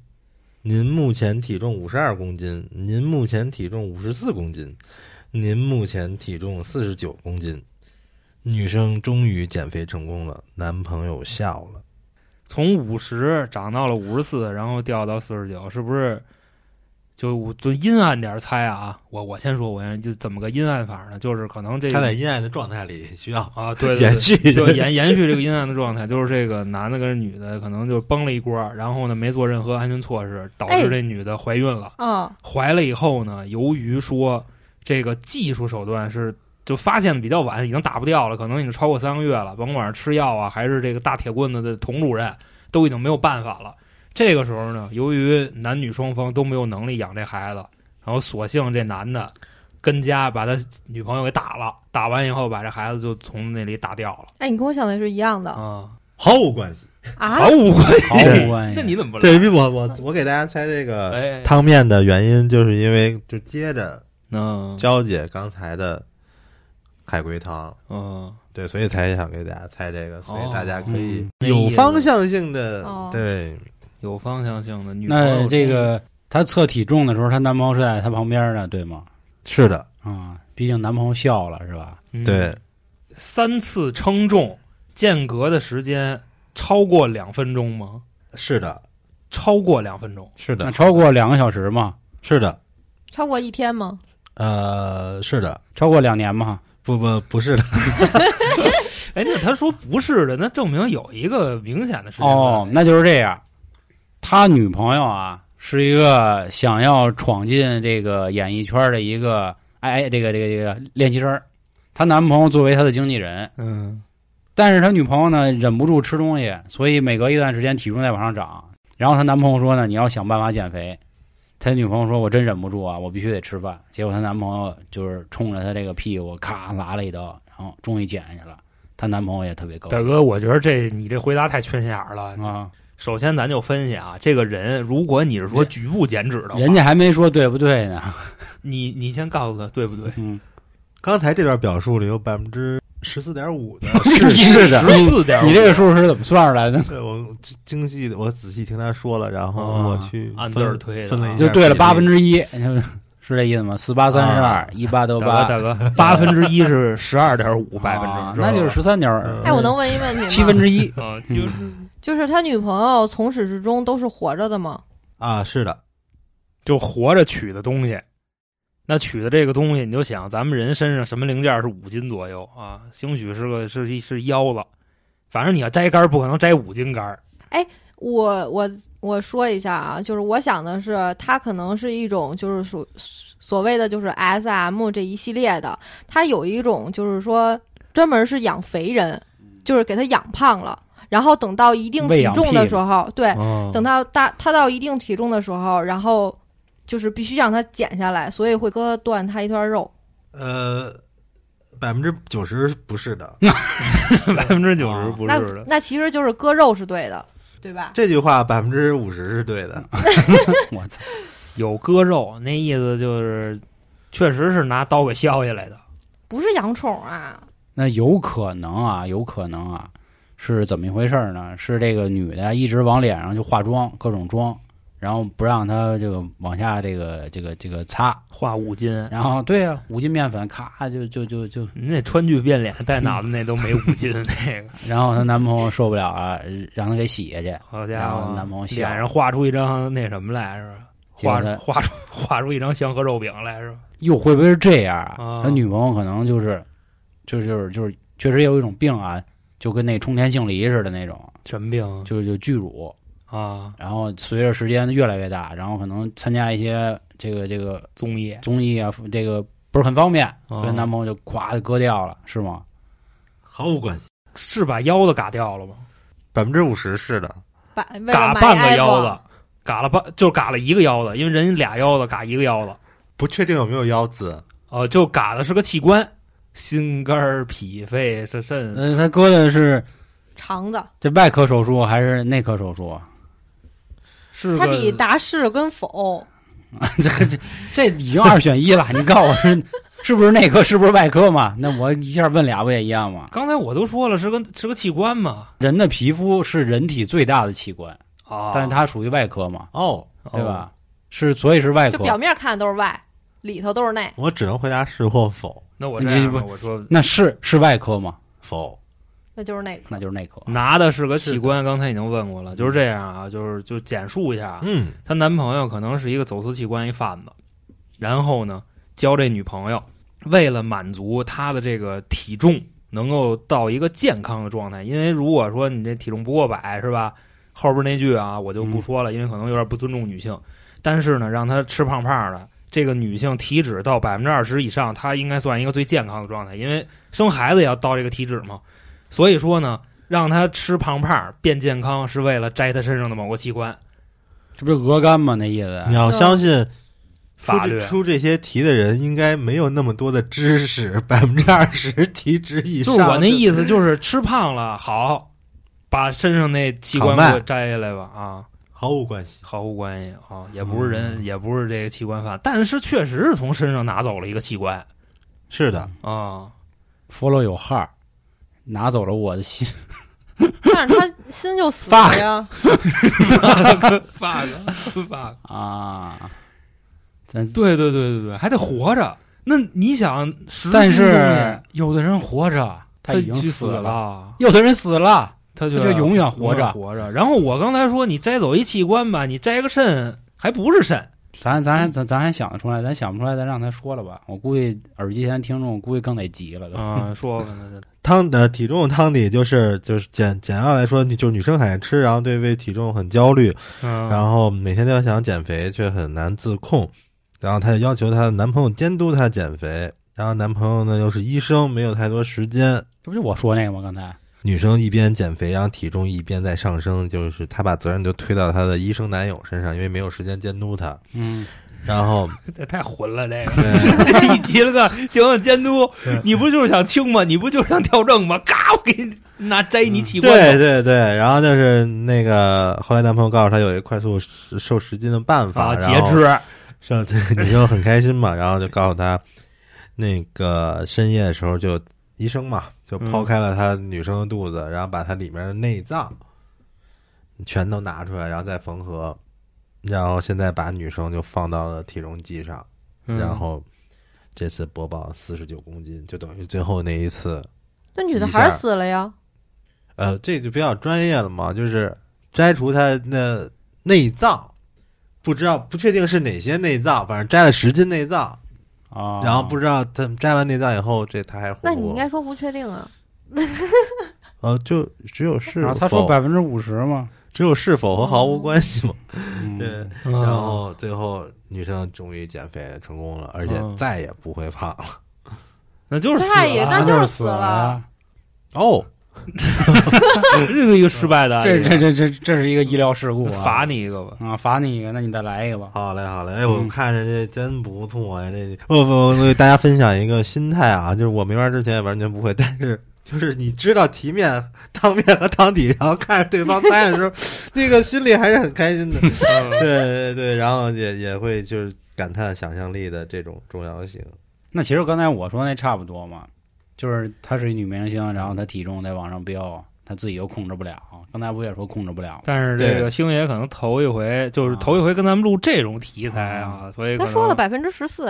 E: 您目前体重五十二公斤，您目前体重五十四公斤，您目前体重四十九公斤。女生终于减肥成功了，男朋友笑了。
C: 从五十涨到了五十四，然后掉到四十九，是不是？就我就阴暗点猜啊，我我先说，我先就怎么个阴暗法呢？就是可能这
E: 他在阴暗的状态里需要
C: 啊，对对对
E: 延续
C: 就延延续这个阴暗的状态，就是这个男的跟女的可能就崩了一锅，然后呢没做任何安全措施，导
D: 哎
C: 致这女的怀孕了。
D: 啊，
C: 怀了以后呢，由于说这个技术手段是就发现的比较晚，已经打不掉了，可能已经超过三个月了，甭管是吃药啊，还是这个大铁棍子的佟主任，都已经没有办法了。这个时候呢，由于男女双方都没有能力养这孩子，然后索性这男的跟家把他女朋友给打了，打完以后把这孩子就从那里打掉了。
D: 哎，你跟我想的是一样的
C: 啊，
E: 毫无关系。
D: 啊，
C: 无关系
A: 毫无关系。
C: 那你怎么不来？
E: 对，因为我我我给大家猜这个
C: 哎，
E: 汤面的原因，就是因为就接着
C: 嗯
E: 娇姐刚才的海龟汤，
C: 嗯，
E: 对，所以才想给大家猜这个，所以大家可以
A: 嗯
E: 有方向性的，
D: 哦
E: 对，
C: 有方向性的女朋友
A: 那这个她测体重的时候，她男朋友是在她旁边的，对吗？
E: 是的，
A: 啊，毕竟男朋友笑了，是吧？
C: 嗯
E: 对，
C: 三次称重间隔的时间超过两分钟吗？
E: 是的，
C: 超过两分钟，
E: 是
A: 那
E: 的，
A: 超过两个小时嘛？
E: 是的，
D: 超过一天吗？
A: 嗯
E: 呃，是的，
A: 超过两年吗？
E: 不不不是的，
C: 哎，那他说不是的，那证明有一个明显的事情哎
A: 哦，那就是这样。他女朋友啊，是一个想要闯进这个演艺圈的一个哎，这个这个这个练习生儿。她男朋友作为她的经纪人，
C: 嗯，
A: 但是她女朋友呢忍不住吃东西，所以每隔一段时间体重在往上涨。然后她男朋友说呢，你要想办法减肥。她女朋友说：“我真忍不住啊，我必须得吃饭。”结果她男朋友就是冲着她这个屁股咔拉了一刀，然后终于减下去了。她男朋友也特别高
C: 大哥，我觉得这你这回答太缺心眼儿了。
A: 啊，
C: 首先，咱就分析啊，这个人，如果你是说局部减脂的话，
A: 人家还没说对不对呢。
C: 你你先告诉他对不对？
A: 嗯，
E: 刚才这段表述里有百分之十四点五 的
A: 是 是的
C: 十四点，
A: 你这个数是怎么算出来的？
E: 对我精精细的，我仔细听他说了，然后
C: 啊
E: 我去分
C: 按字儿推的
E: 分了一
C: 啊
E: 下，
A: 就对了八分之一， 是这意思吗？四八三十二，一八得
C: 大
A: 八，
C: 哥，大哥， 八分之一是十二点五百分
A: 啊
C: 之，
A: 那就是十三点儿呃
E: 嗯
D: 哎，我能问一问题吗？嗯
A: 七分之一。
C: 啊，就是
D: 就是他女朋友从始至终都是活着的吗？
E: 啊，是的，
C: 就活着取的东西。那取的这个东西，你就想咱们人身上什么零件是五斤左右啊？兴许是个是一是腰子，反正你要摘杆儿，不可能摘五斤杆儿。
D: 我我我说一下啊，就是我想的是，它可能是一种就是属所谓的就是 S M 这一系列的，它有一种就是说专门是养肥人，就是给他养胖了，然后等到一定
A: 喂
D: 体
A: 养
D: 重
A: 屁哦
D: 的
A: 了
D: 时候，对，
A: 嗯
D: 等
C: 等
D: 到大他到一定体重的时候，然后就是必须让他减下来，所以会割断他一段肉。
E: 呃，百分之九十不是的。
C: 百分之九十
A: 哦
C: 不
D: 那
C: 是的，
D: 那其实就是割肉是对的，对吧？
E: 这句话百分之五十是对的，
A: 我操！
C: 有割肉，那意思就是确实是拿刀给削下来的。
D: 不是养宠啊，
A: 那有可能啊，有可能啊，是怎么一回事儿呢？是这个女的一直往脸上就化妆，各种妆，然后不让她这个往下这个这个这个擦，
C: 画五斤，
A: 然后对啊，五斤面粉咔就就就就，
C: 你那川剧变脸带脑子那都没五 斤那个，
A: 然后她男朋友受不了啊，让她给洗下去。
C: 好家
A: 然
C: 伙，
A: 后男朋友笑
C: 脸上画出一张那什么来是吧？
A: 结果
C: 画
A: 他
C: 画出 画出一张香河肉饼来是吧？
A: 又会不会是这样啊
C: 啊？
A: 他女朋友可能就是，就是就是就是，确实也有一种病啊，就跟那冲田杏梨似的那种，
C: 什么病
A: 就就巨乳，
C: 啊？
A: 然后随着时间越来越大，然后可能参加一些这个这个
C: 综艺
A: 综艺啊，这个不是很方便，
C: 哦
A: 所以男朋友就咵就割掉了，是吗？
E: 毫无关系。
C: 是把腰子嘎掉了吗？
E: 百分之五十是的，
D: 把为了
C: 嘎
D: 买
C: 半个
D: iPhone，
C: 腰子，嘎了半就嘎了一个腰子，因为人俩腰子嘎一个腰子，
E: 不确定有没有腰子，
C: 哦，就嘎的是个器官，心肝儿脾肺是肾
A: 呃，他割的是
D: 肠子。
A: 这外科手术还是内科手术啊？
C: 是
D: 他
C: 个
D: 得答是跟否，
A: 这这这已经二选一了， 你告诉我是是不是内科，是不是外科嘛？那我一下问俩不也一样吗？
C: 刚才我都说了，是个是个器官嘛，
A: 人的皮肤是人体最大的器官。
C: 啊
A: 但是它属于外科嘛，
E: 哦，
A: 对吧？是，所以是外
D: 就
A: 科。
D: 表面看都是外，里头都是内。
E: 我只能回答是或否，
C: 那我
A: 你
C: 这
A: 这
C: 样吧
A: 不
C: 我说
A: 那是是外科吗？
E: 否，
D: 那就是那个
A: 那就是内科。
C: 拿的是个器官，刚才已经问过了，就是这样啊，就是就简述一下啊，
E: 嗯，
C: 她男朋友可能是一个走私器官一贩子，然后呢教这女朋友，为了满足她的这个体重能够到一个健康的状态，因为如果说你这体重不过百是吧，后边那句啊我就不说了，因为可能有点不尊重女性，但是呢让她吃胖胖的。这个女性体脂到百分之二十以上，她应该算一个最健康的状态，因为生孩子也要到这个体脂嘛。所以说呢，让她吃胖胖变健康，是为了摘她身上的某个器官。
A: 这不是鹅肝吗？那意思
E: 你要相信出
C: 啊法
E: 这
C: 律啊
E: 出这些题的人应该没有那么多的知识， 百分之二十体脂以上
C: 就
E: 就，
C: 是我那意思，就是吃胖了好，把身上那器官给我摘下来吧啊，
E: 毫无关系，
C: 毫无关系啊，也不是人，也不是这个器官犯，但是确实是从身上拿走了一个器官
E: 是的，
C: 啊。
A: follow 有 heart，拿走了我的心。
D: 但是他心就死了 呀。
C: 发的发的，
A: 啊，咱
C: 对对对对对，还得活着。那你想，十
A: 但
C: 斤东
A: 是
C: 西
A: 有的人活着，他
C: 他
A: 已经
C: 去
A: 死
C: 死
A: 了；
C: 了，
A: 有的人死了，
C: 他
A: 他
C: 就
A: 就永远
C: 活
A: 活着。
C: 活着。然后我刚才说，你摘走一器官吧，你摘个肾还不是肾，
A: 咱咱咱咱还想得出来，咱想不出来，咱让他说了吧。我估计耳机前听众估计更得急了都。
C: 啊，说吧，那就
E: 汤呃体重汤底就是就是简简要来说，就是女生很爱吃，然后对为体重很焦虑，
C: 嗯，
E: 然后每天都要想减肥，却很难自控。然后她就要求她的男朋友监督她减肥，然后男朋友呢又是医生，没有太多时间。
A: 这不就我说那个吗？刚才
E: 女生一边减肥，然后体重一边在上升，就是她把责任就推到她的医生男友身上，因为没有时间监督 她。
A: 嗯，
E: 然后，
C: 这太混了，这
E: 对
C: 个一急 了个行了，监督
A: 嗯
E: 对，
C: 你不就是想轻吗？你不就是想调正吗？ 嘎，我给你拿摘 你器官
E: 对
C: 头
E: 对对，然后就是那个后来男朋友告诉她有一个快速瘦瘦十斤的办法，
C: 啊，
E: 然
C: 截
E: 后
C: 肢，
E: 上女生很开心嘛，然后就告诉她，那个深夜的时候就医生嘛，就剖开了她女生的肚子，然后把她里面的内脏全都拿出来，然后再缝合，然后现在把女生就放到了体重计上，
C: 嗯
E: 然后这次播报四十九公斤，就等于最后那一次，
D: 那女的
E: 一下
D: 还是死了呀？
E: 呃，这就比较专业了嘛，就是摘除她的内脏。不知道，不确定是哪些内脏，反正摘了十斤内脏，
A: 啊，
E: 然后不知道他摘完内脏以后，这他还活不
D: 那你应该说不确定啊。
E: 呃，就只有是
A: 然啊后他说
E: 否，
A: 百分之五十嘛，
E: 只有是否和毫无关系嘛。
A: 嗯哦
E: 对，然后最后女生终于减肥成功了，而且
C: 嗯
E: 再也不会胖了。
C: 那就是死
D: 那也
C: 了，
D: 那
A: 那
D: 就是是
A: 死
D: 死
A: 啊
D: 了。
E: 哦，
C: 这个一个失败的案
A: 这
C: 例，
A: 这
C: 啊
A: 这这哎这是一个医疗事故啊！
C: 罚你一个吧。
A: 啊，罚你一个，那你再来一个吧。
E: 好嘞，好嘞，哎，我
A: 嗯
E: 看着这真不错呀、这 不不，我给大家分享一个心态啊，就是我没玩之前也完全不会，但是。就是你知道题面、汤面和汤底，然后看着对方猜 的时候，那个心里还是很开心 的。
C: 嗯
E: 对对对，然后也也会就是感叹想象力的这种重要 性。
A: 那其实刚才我说那差不多嘛，就是她是一女明星，然后她体重在往上飙，她自己又控制不了。刚才不也说控制不了吗？
C: 但是这个星爷可能头一
A: 啊
C: 回，就是头一回跟咱们录这种题材啊，
A: 嗯
C: 所以可
D: 他
C: 能
D: 说了百分之十四，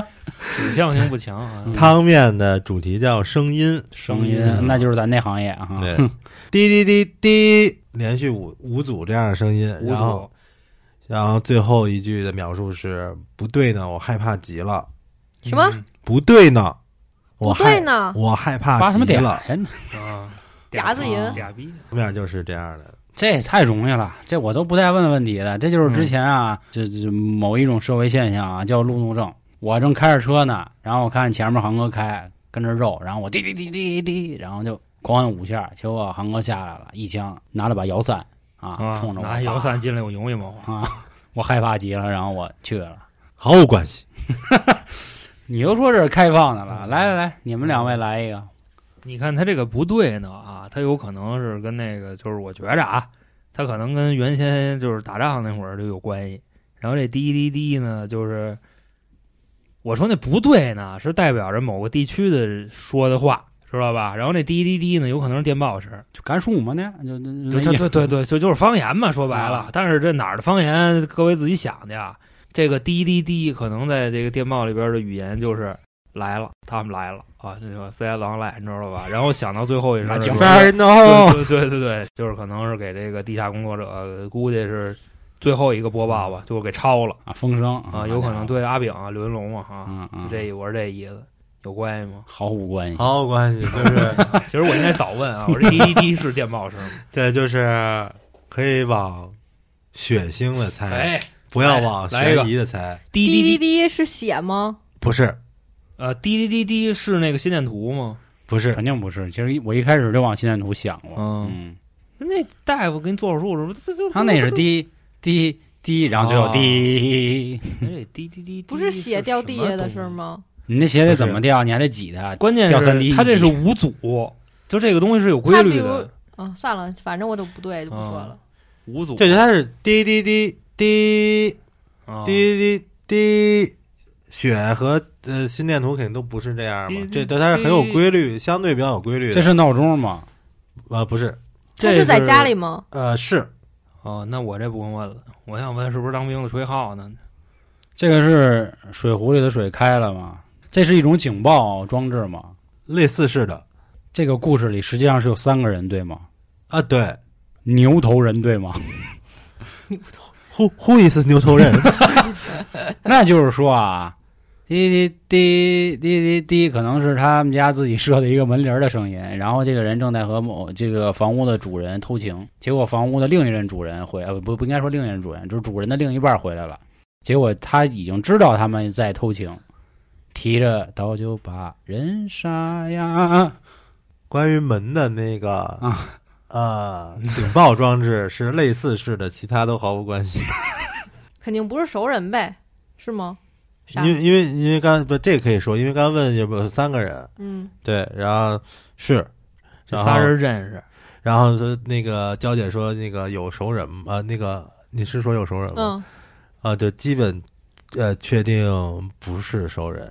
C: 指向性不强啊。
A: 嗯
E: 汤面的主题叫声音，
A: 声音，那就是咱那行业啊。
E: 对，滴滴滴滴，连续五五组这样的声音，
C: 无
E: 然后
C: 所
E: 然后最后一句的描述是不对呢，我害怕极了，
C: 嗯
D: 什么
E: 不对呢，我
D: 不对
E: 害
D: 呢，
E: 我害怕
A: 发什么哎
E: 极
A: 嗲
E: 了，
A: 呀？
C: 啊？
D: 夹子银
C: 俩逼，
E: 后面就是这样的，
A: 这也太容易了，这我都不带问问题的。这就是
C: 嗯
A: 之前啊，这这某一种社会现象啊，叫路怒症。我正开着车呢，然后我看前面航哥开，跟着肉，然后我滴滴滴滴滴，然后就狂按五下，结果航哥下来了，一枪拿了把摇伞啊，
C: 啊
A: 冲着我
C: 拿摇伞进来，我容易吗？
A: 啪啊，我害怕极了，然后我去了。
E: 毫无关系。
A: 你都说这是开放的了，来来来，你们
C: 嗯
A: 两位来一个，
C: 你看他这个不对呢啊，他有可能是跟那个，就是我觉着啊，他可能跟原先就是打仗那会儿就有关系。然后这滴滴滴呢，就是我说那不对呢，是代表着某个地区的说的话，知道吧？然后那滴滴滴呢，有可能是电报声，
A: 就干树嘛呢，就
C: 对
A: 就
C: 对对对对，就就是方言嘛，说白
A: 哎啊
C: 了。但是这哪儿的方言，各位自己想去啊。这个滴滴滴，可能在这个电报里边的语言就是来了，他们来了啊，那个 C 狼来，你知道吧？然后想到最后一声，
A: 警
C: 就是
E: ，Very no，
C: 对对对对对，就是可能是给这个地下工作者，呃估计是最后一个播报吧，就是给抄了
A: 啊，风声
C: 啊，有可能，对阿炳啊、刘云龙啊，啊，
A: 嗯嗯，
C: 就这我是这意思，有关系吗？
A: 毫无关系，
E: 毫无关系，就是。
C: 其实我应该早问啊，我这滴滴滴是电报声吗，
E: 这就是可以往血腥的猜，
C: 哎，
E: 不要往
C: 来来一个
E: 悬疑的猜。
C: 滴
D: 滴
C: 滴滴
D: 滴滴是血吗？
E: 不是，
C: 呃，滴滴滴滴是那个心电图吗？
E: 不是，
A: 肯定不是。其实一我一开始就往心电图想过，嗯
C: 嗯，那大夫给你做手术是不是？
A: 他那是滴滴滴，然后最后
C: 哦
A: 滴，
C: 那得哎滴滴滴，
D: 不是血掉地下的是
C: 是？
D: 吗？
A: 你那鞋得怎么掉？你还得挤它。
C: 关键
A: 掉三滴一
C: 是它这
A: 挤
C: 是五组，就这个东西是有规律
D: 它
C: 的，
D: 啊，算了，啊反正我都不对，就不说了。
C: 五组
E: 这就它是滴滴滴滴，
C: 啊，
E: 滴滴滴，血和呃心电图肯定都不是这样嘛
C: 滴，滴
E: 这它是很有规律，相对比较有规律的。
A: 这是闹钟吗？
E: 啊，不是，
D: 他
C: 这是
D: 在家里吗？
E: 呃，是
C: 哦，那我这不用问了，我想问是不是当兵的吹号呢？
A: 这个是水壶里的水开了吗？这是一种警报装置吗？
E: 类似是的
A: 这个故事里实际上是有三个人对吗？
E: 啊，对
A: 牛头人对吗？
E: ，Who Who is 牛头人？
A: 那就是说啊，滴滴滴滴滴滴，可能是他们家自己设的一个门铃儿的声音。然后这个人正在和某这个房屋的主人偷情，结果房屋的另一任主人回，呃，不不应该说另一任主人，就是主人的另一半回来了。结果他已经知道他们在偷情，提着刀就把人 杀呀。
E: 关于门的那个
A: 啊
E: 呃警报装置是类似是的，其他都毫无关系。
D: 肯定不是熟人呗，是吗？啥？
E: 因为因为因为刚不这个可以说，因为刚问有没有三个人，
D: 嗯，
E: 对，然后是，
C: 这
E: 然后
C: 仨人认识，
E: 然后说那个娇姐说那个有熟人吗？呃，那个你是说有熟人吗？
D: 嗯，
E: 啊，就基本呃确定不是熟人，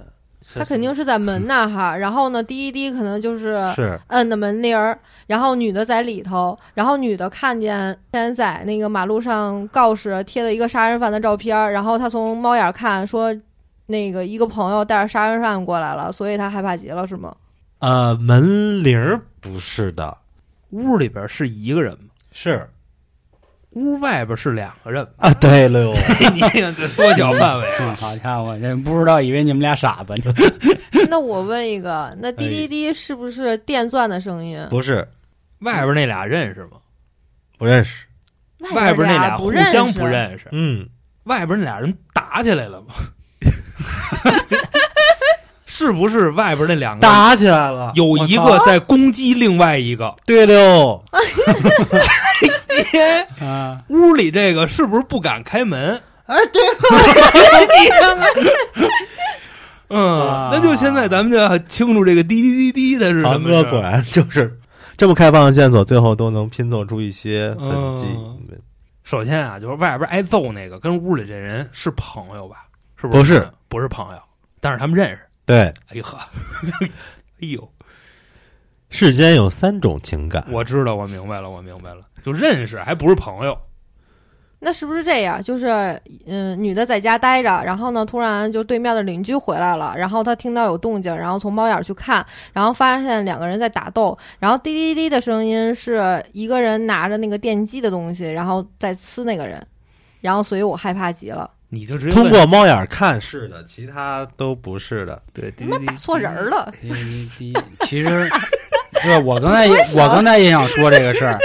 D: 他肯定是在门那哈，然后呢，滴一滴可能就是
E: 是
D: 摁的门铃儿，然后女的在里头，然后女的看见先在那个马路上告示贴了一个杀人犯的照片儿，然后她从猫眼儿看说，那个一个朋友带着杀人犯过来了，所以她害怕极了，是吗？
E: 呃门铃儿不是的，
C: 屋里边是一个人吗？
E: 是？
C: 屋外边是两个人吗
E: 啊，对了 哟，
C: 你看这缩 小范围，
A: 嗯好家伙，这不知道以为你们俩傻吧？你
D: 那我问一个，那滴滴滴是不是电钻的声音？
E: 不是
C: 外边那俩认识吗？
E: 不认识，
C: 外边那
D: 俩
C: 互
D: 不认识
C: 相不认识，
E: 嗯，
C: 外边那俩人打起来了吗？ 是不是外边那两个人
E: 打起来了，
C: 有一个在攻击另外一个？
E: 对了哟，
A: 啊，
C: 屋里这个是不是不敢开门？
E: 哎对，
C: 嗯，那就现在咱们就要清楚这个滴滴滴滴的是什
E: 堂
C: 么
E: 哥
C: 事儿
E: 果然就是这么开放的线索，最后都能拼凑出一些痕迹。
C: 嗯首先啊，就是外边挨揍那个跟屋里这人是朋友吧？是不
E: 不
C: 是？
E: 是，
C: 不是朋友，但是他们认识。
E: 对，
C: 哎呦呵， 哎呦，
E: 世间有三种情感，
C: 我知道，我明白了，我明白了，就认识，还不是朋友。
D: 那是不是这样？就是，嗯、女的在家待着，然后呢，突然就对面的邻居回来了，然后她听到有动静，然后从猫眼儿去看，然后发现两个人在打斗，然后滴滴滴的声音是一个人拿着那个电击的东西，然后在呲那个人，然后所以我害怕极了，
C: 你就直接
E: 通
C: 问
E: 过猫眼看是的，其他都不是的。
C: 对
D: 他妈打错人儿。了，
A: 滴滴滴其实，对，我刚才也我刚才也想说这个事儿，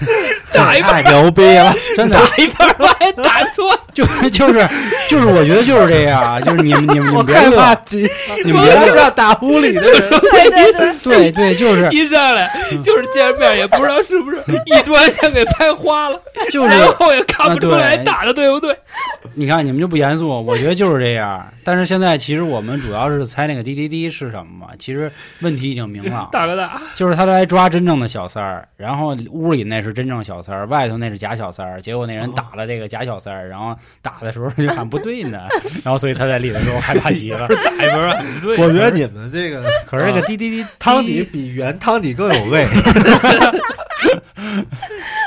C: 打一
E: 太牛逼了！
A: 真的
C: 打一半儿还打错，
A: 就就是就是，我觉得就是这样，啊就是你们你们你
E: 我
A: 们别
E: 害怕
A: 乐，
E: 极，
A: 你们别
E: 不
A: 乐，
E: 要打屋 里的人。
D: 对对对，
A: 对对，就是嗯
C: 一上来就是见面也不知道是不是，一桌先给拍花了，
A: 就是，
C: 然后也看不出
A: 啊
C: 来
A: 对
C: 打的对不对。
A: 你看你们就不严肃，我觉得就是这样。但是现在其实我们主要是猜那个滴滴滴是什么嘛，其实问题已经明 朗，
C: 大哥大，
A: 就是他来抓真正的小三儿，然后屋里那是真正小三儿，外头那是假小三儿。结果那人打了这个假小三儿，然后打的时候就喊不对 呢，然后所以他在里头说害怕极 了。
C: 打一边啊，对
E: 我觉得你们这个
A: 可是这个滴滴滴
E: 汤底比原汤底更有味。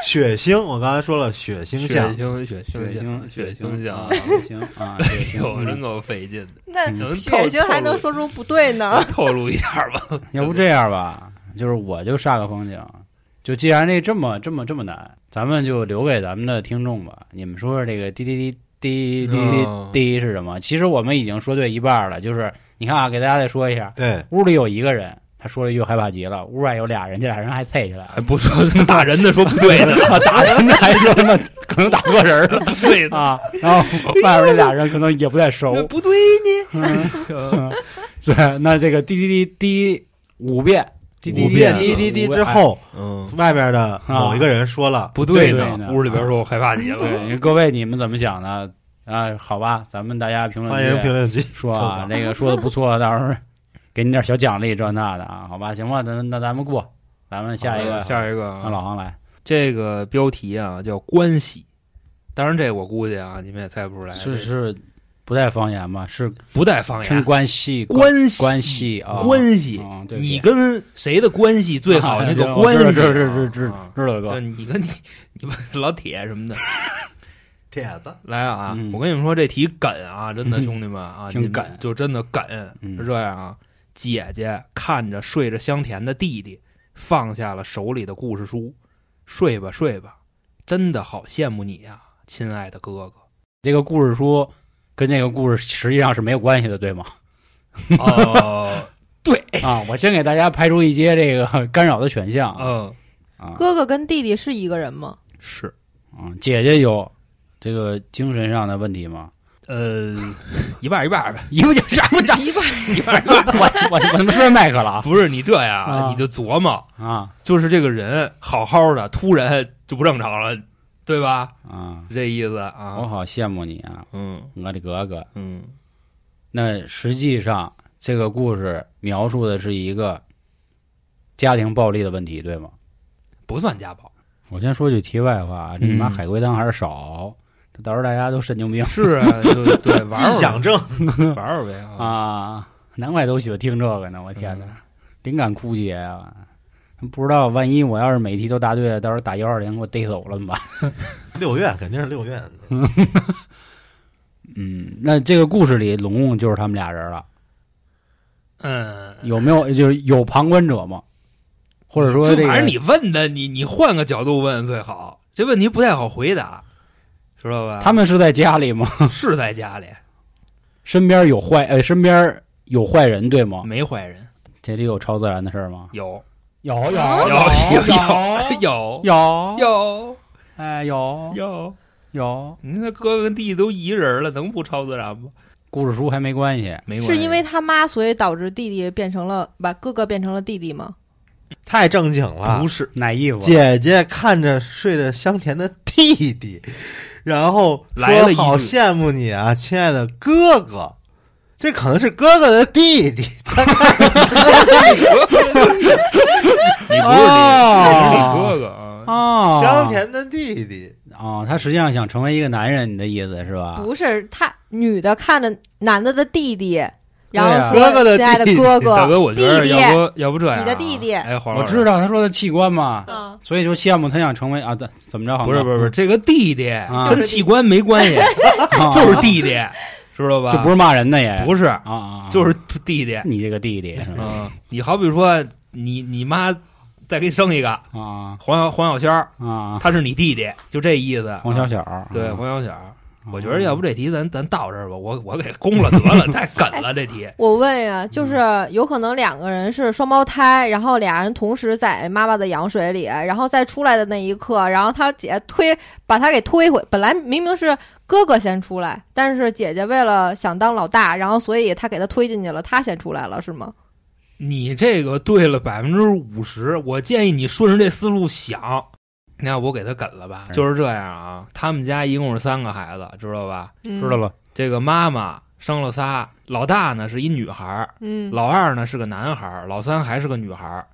E: 血腥，我刚才说了血腥像，
C: 腥血
A: 血腥
C: 血
A: 腥
C: 像
A: 啊，血腥啊，血
C: 哟，真
A: 腥。
C: 够费劲的，
D: 那
C: 能
D: 血
C: 透啊
D: 腥还能说出不对呢，
C: 透露一下 吧？
A: 要不这样吧，就是我就煞个风景，就既然这这么这么这么难，咱们就留给咱们的听众吧。你们说说这个滴滴滴。滴滴滴滴是什么？其实我们已经说对一半了，就是你看啊，给大家再说一下，
E: 对，
A: 屋里有一个人，他说了一句害怕极了。屋外有俩人，这俩人还菜起来了，
C: 还哎不说打人的，说不对 的，
A: 打人的还说他妈可能打错人了
C: 不对的，
A: 啊。 然后外边那俩人可能也不太 熟。
C: 不对呢。哎
A: 对，那这个滴滴滴滴五遍，滴滴
E: 五遍滴滴滴之，后，
C: 嗯，
E: 外面的某一个人说了
C: 不
E: 对
A: 呢
C: 哎呢，屋里边说我害怕你
A: 哎对，
C: 了，
A: 各位你们怎么想呢？啊，好吧，咱们大家评论
E: 欢迎
A: 区
E: 评论区
A: 说啊
E: 投，稿
A: 那个说的不错，到时候给你点小奖励这那的啊，好吧，行吧，那那咱们过，咱们下一个，
C: 啊下一个
A: 让
C: 啊，
A: 老航来，
C: 这个标题啊叫关系，当然，这我估计啊，你们也猜不出来，
A: 是
C: 这
A: 是不带方言吗？是
C: 不带方
A: 称
C: 言，
A: 关系
C: 关系
A: 关系啊
C: 关系
A: 啊，对不起
C: 你跟谁的关系最好？
A: 啊
C: 那
A: 对
C: 叫
A: 我
C: 关
A: 知
C: 系
A: 道
C: 啊，
A: 知道知道知道
C: 啊
A: 知道
C: 就
A: 哥，
C: 你跟你你们 老铁什么的，
E: 铁子，
C: 来啊！
A: 嗯
C: 我跟你们说，这题梗啊，真的
A: 嗯
C: 兄弟们啊，
A: 挺
C: 你们
A: 梗
C: 就真的梗，
A: 嗯
C: 是这样啊。姐姐看着睡着香甜的弟弟，放下了手里的故事书，睡吧睡吧，真的好羡慕你呀、亲爱的哥哥。
A: 这个故事书跟这个故事实际上是没有关系的，对吗？
C: 哦，对，
A: 啊，我先给大家排除一些这个干扰的选项啊
C: 嗯，
A: 啊
D: 哥哥跟弟弟是一个人吗？
C: 是，
A: 啊，姐姐有这个精神上的问题吗？
C: 呃，一半儿一半儿吧，
A: 一不就啥不讲，
D: 一半
C: 一半儿一半儿。
A: 我我我他妈说麦克了啊
C: 不是你这样，
A: 啊
C: 你就琢磨，
A: 啊
C: 就是这个人好好的，突然就不正常了，对吧？
A: 啊！
C: 这意思啊，
A: 我好羡慕你啊，
C: 嗯
A: 我的哥哥。
C: 嗯。
A: 那实际上这个故事描述的是一个家庭暴力的问题，对吗？
C: 不算家暴，
A: 我先说句题外话啊，你妈
C: 嗯
A: 海龟汤还是少，这到时候大家都神经病
C: 是啊，就对 玩
E: 臆想
C: 玩
E: 症，
C: 呗，玩玩呗啊！嗯
A: 啊！难怪都喜欢听这个呢，我天哪，灵感枯竭啊！不知道，万一我要是每题都答对了，到时候打幺二零给我逮走了怎么办？
E: 六院肯定是六院，
A: 嗯，那这个故事里总共就是他们俩人了，
C: 嗯，
A: 有没有就是有旁观者吗？或者说这
C: 就反
A: 个
C: 正你问的，你你换个角度问最好，这问题不太好回答，知道吧？
A: 他们是在家里吗？
C: 们是在家里
A: 身边有坏呃，身边有坏人对吗？
C: 没坏人，
A: 这里有超自然的事儿吗？
C: 有
A: 有有
C: 有有有
A: 有
C: 有
A: 哎有
C: 有，
A: 有，
C: 你看哥哥跟弟弟都一人了，能不超自然吗？
A: 故事书还没关系，
C: 没关系
D: 是因为他妈，所以导致弟弟变成了把哥哥变成了弟弟吗？
E: 太正经了
C: 不。是
A: 奶衣服
E: 姐姐看着睡得香甜的弟弟，然后
C: 来
E: 说
C: 了一：“句
E: 好羡慕你啊，亲爱的哥哥。”这可能是哥哥的弟弟，
C: 你不是你
A: 哦
C: 哥哥啊，
A: 哦，
E: 香甜的弟弟。
A: 哦，他实际上想成为一个男人，你的意思是
C: 啊
A: 吧？
D: 不是，他女的看着男的的弟弟，然
A: 对啊
D: 后说：“
E: 哥哥的
D: 亲爱的
E: 弟弟
D: 哥
C: 大哥，
D: 哥，
C: 我觉
D: 弟
C: 得
D: 弟。
C: 要不要不这样啊，
D: 你的弟弟
C: 哎，黄
A: 我
C: 老师
A: 知道他说的器官嘛，
D: 嗯，
A: 所以就羡慕他想成为啊，怎怎么着？
C: 不是不是不是，这个弟弟
A: 啊
C: 跟器官没关 系，
A: 是
C: 就是弟弟，啊 知道吧？
A: 啊就不是骂人的也
C: 不是，
A: 啊啊，啊
C: 就是弟弟。
A: 你这个弟弟是吧？
C: 嗯，你好比说你你妈再给你生一个
A: 啊
C: 黄小黄小仙儿，
A: 啊，
C: 他是你弟弟，就这意思。
A: 黄小
C: 啊
A: 小儿
C: 对
A: 啊
C: 黄小小儿，我觉
A: 啊
C: 得要不这题咱咱到这儿吧，我我给攻了得 了，太梗了这题。
D: 我问呀，就是有可能两个人是双胞胎，然后俩人同时在妈妈的羊水里，然后再出来的那一刻，然后他姐推把他给推回，本来明明是哥哥先出来，但是姐姐为了想当老大，然后所以他给他推进去了，他先出来了是吗？
C: 你这个对了百分之五十，我建议你顺着这思路想。你看我给他梗了吧，
A: 嗯
C: 就是这样啊。他们家一共是三个孩子，知道吧？
D: 知
A: 知道，了，
C: 这个妈妈生了仨，老大呢是一女孩儿，
D: 嗯，
C: 老二呢是个男孩儿，老三还是个女孩儿。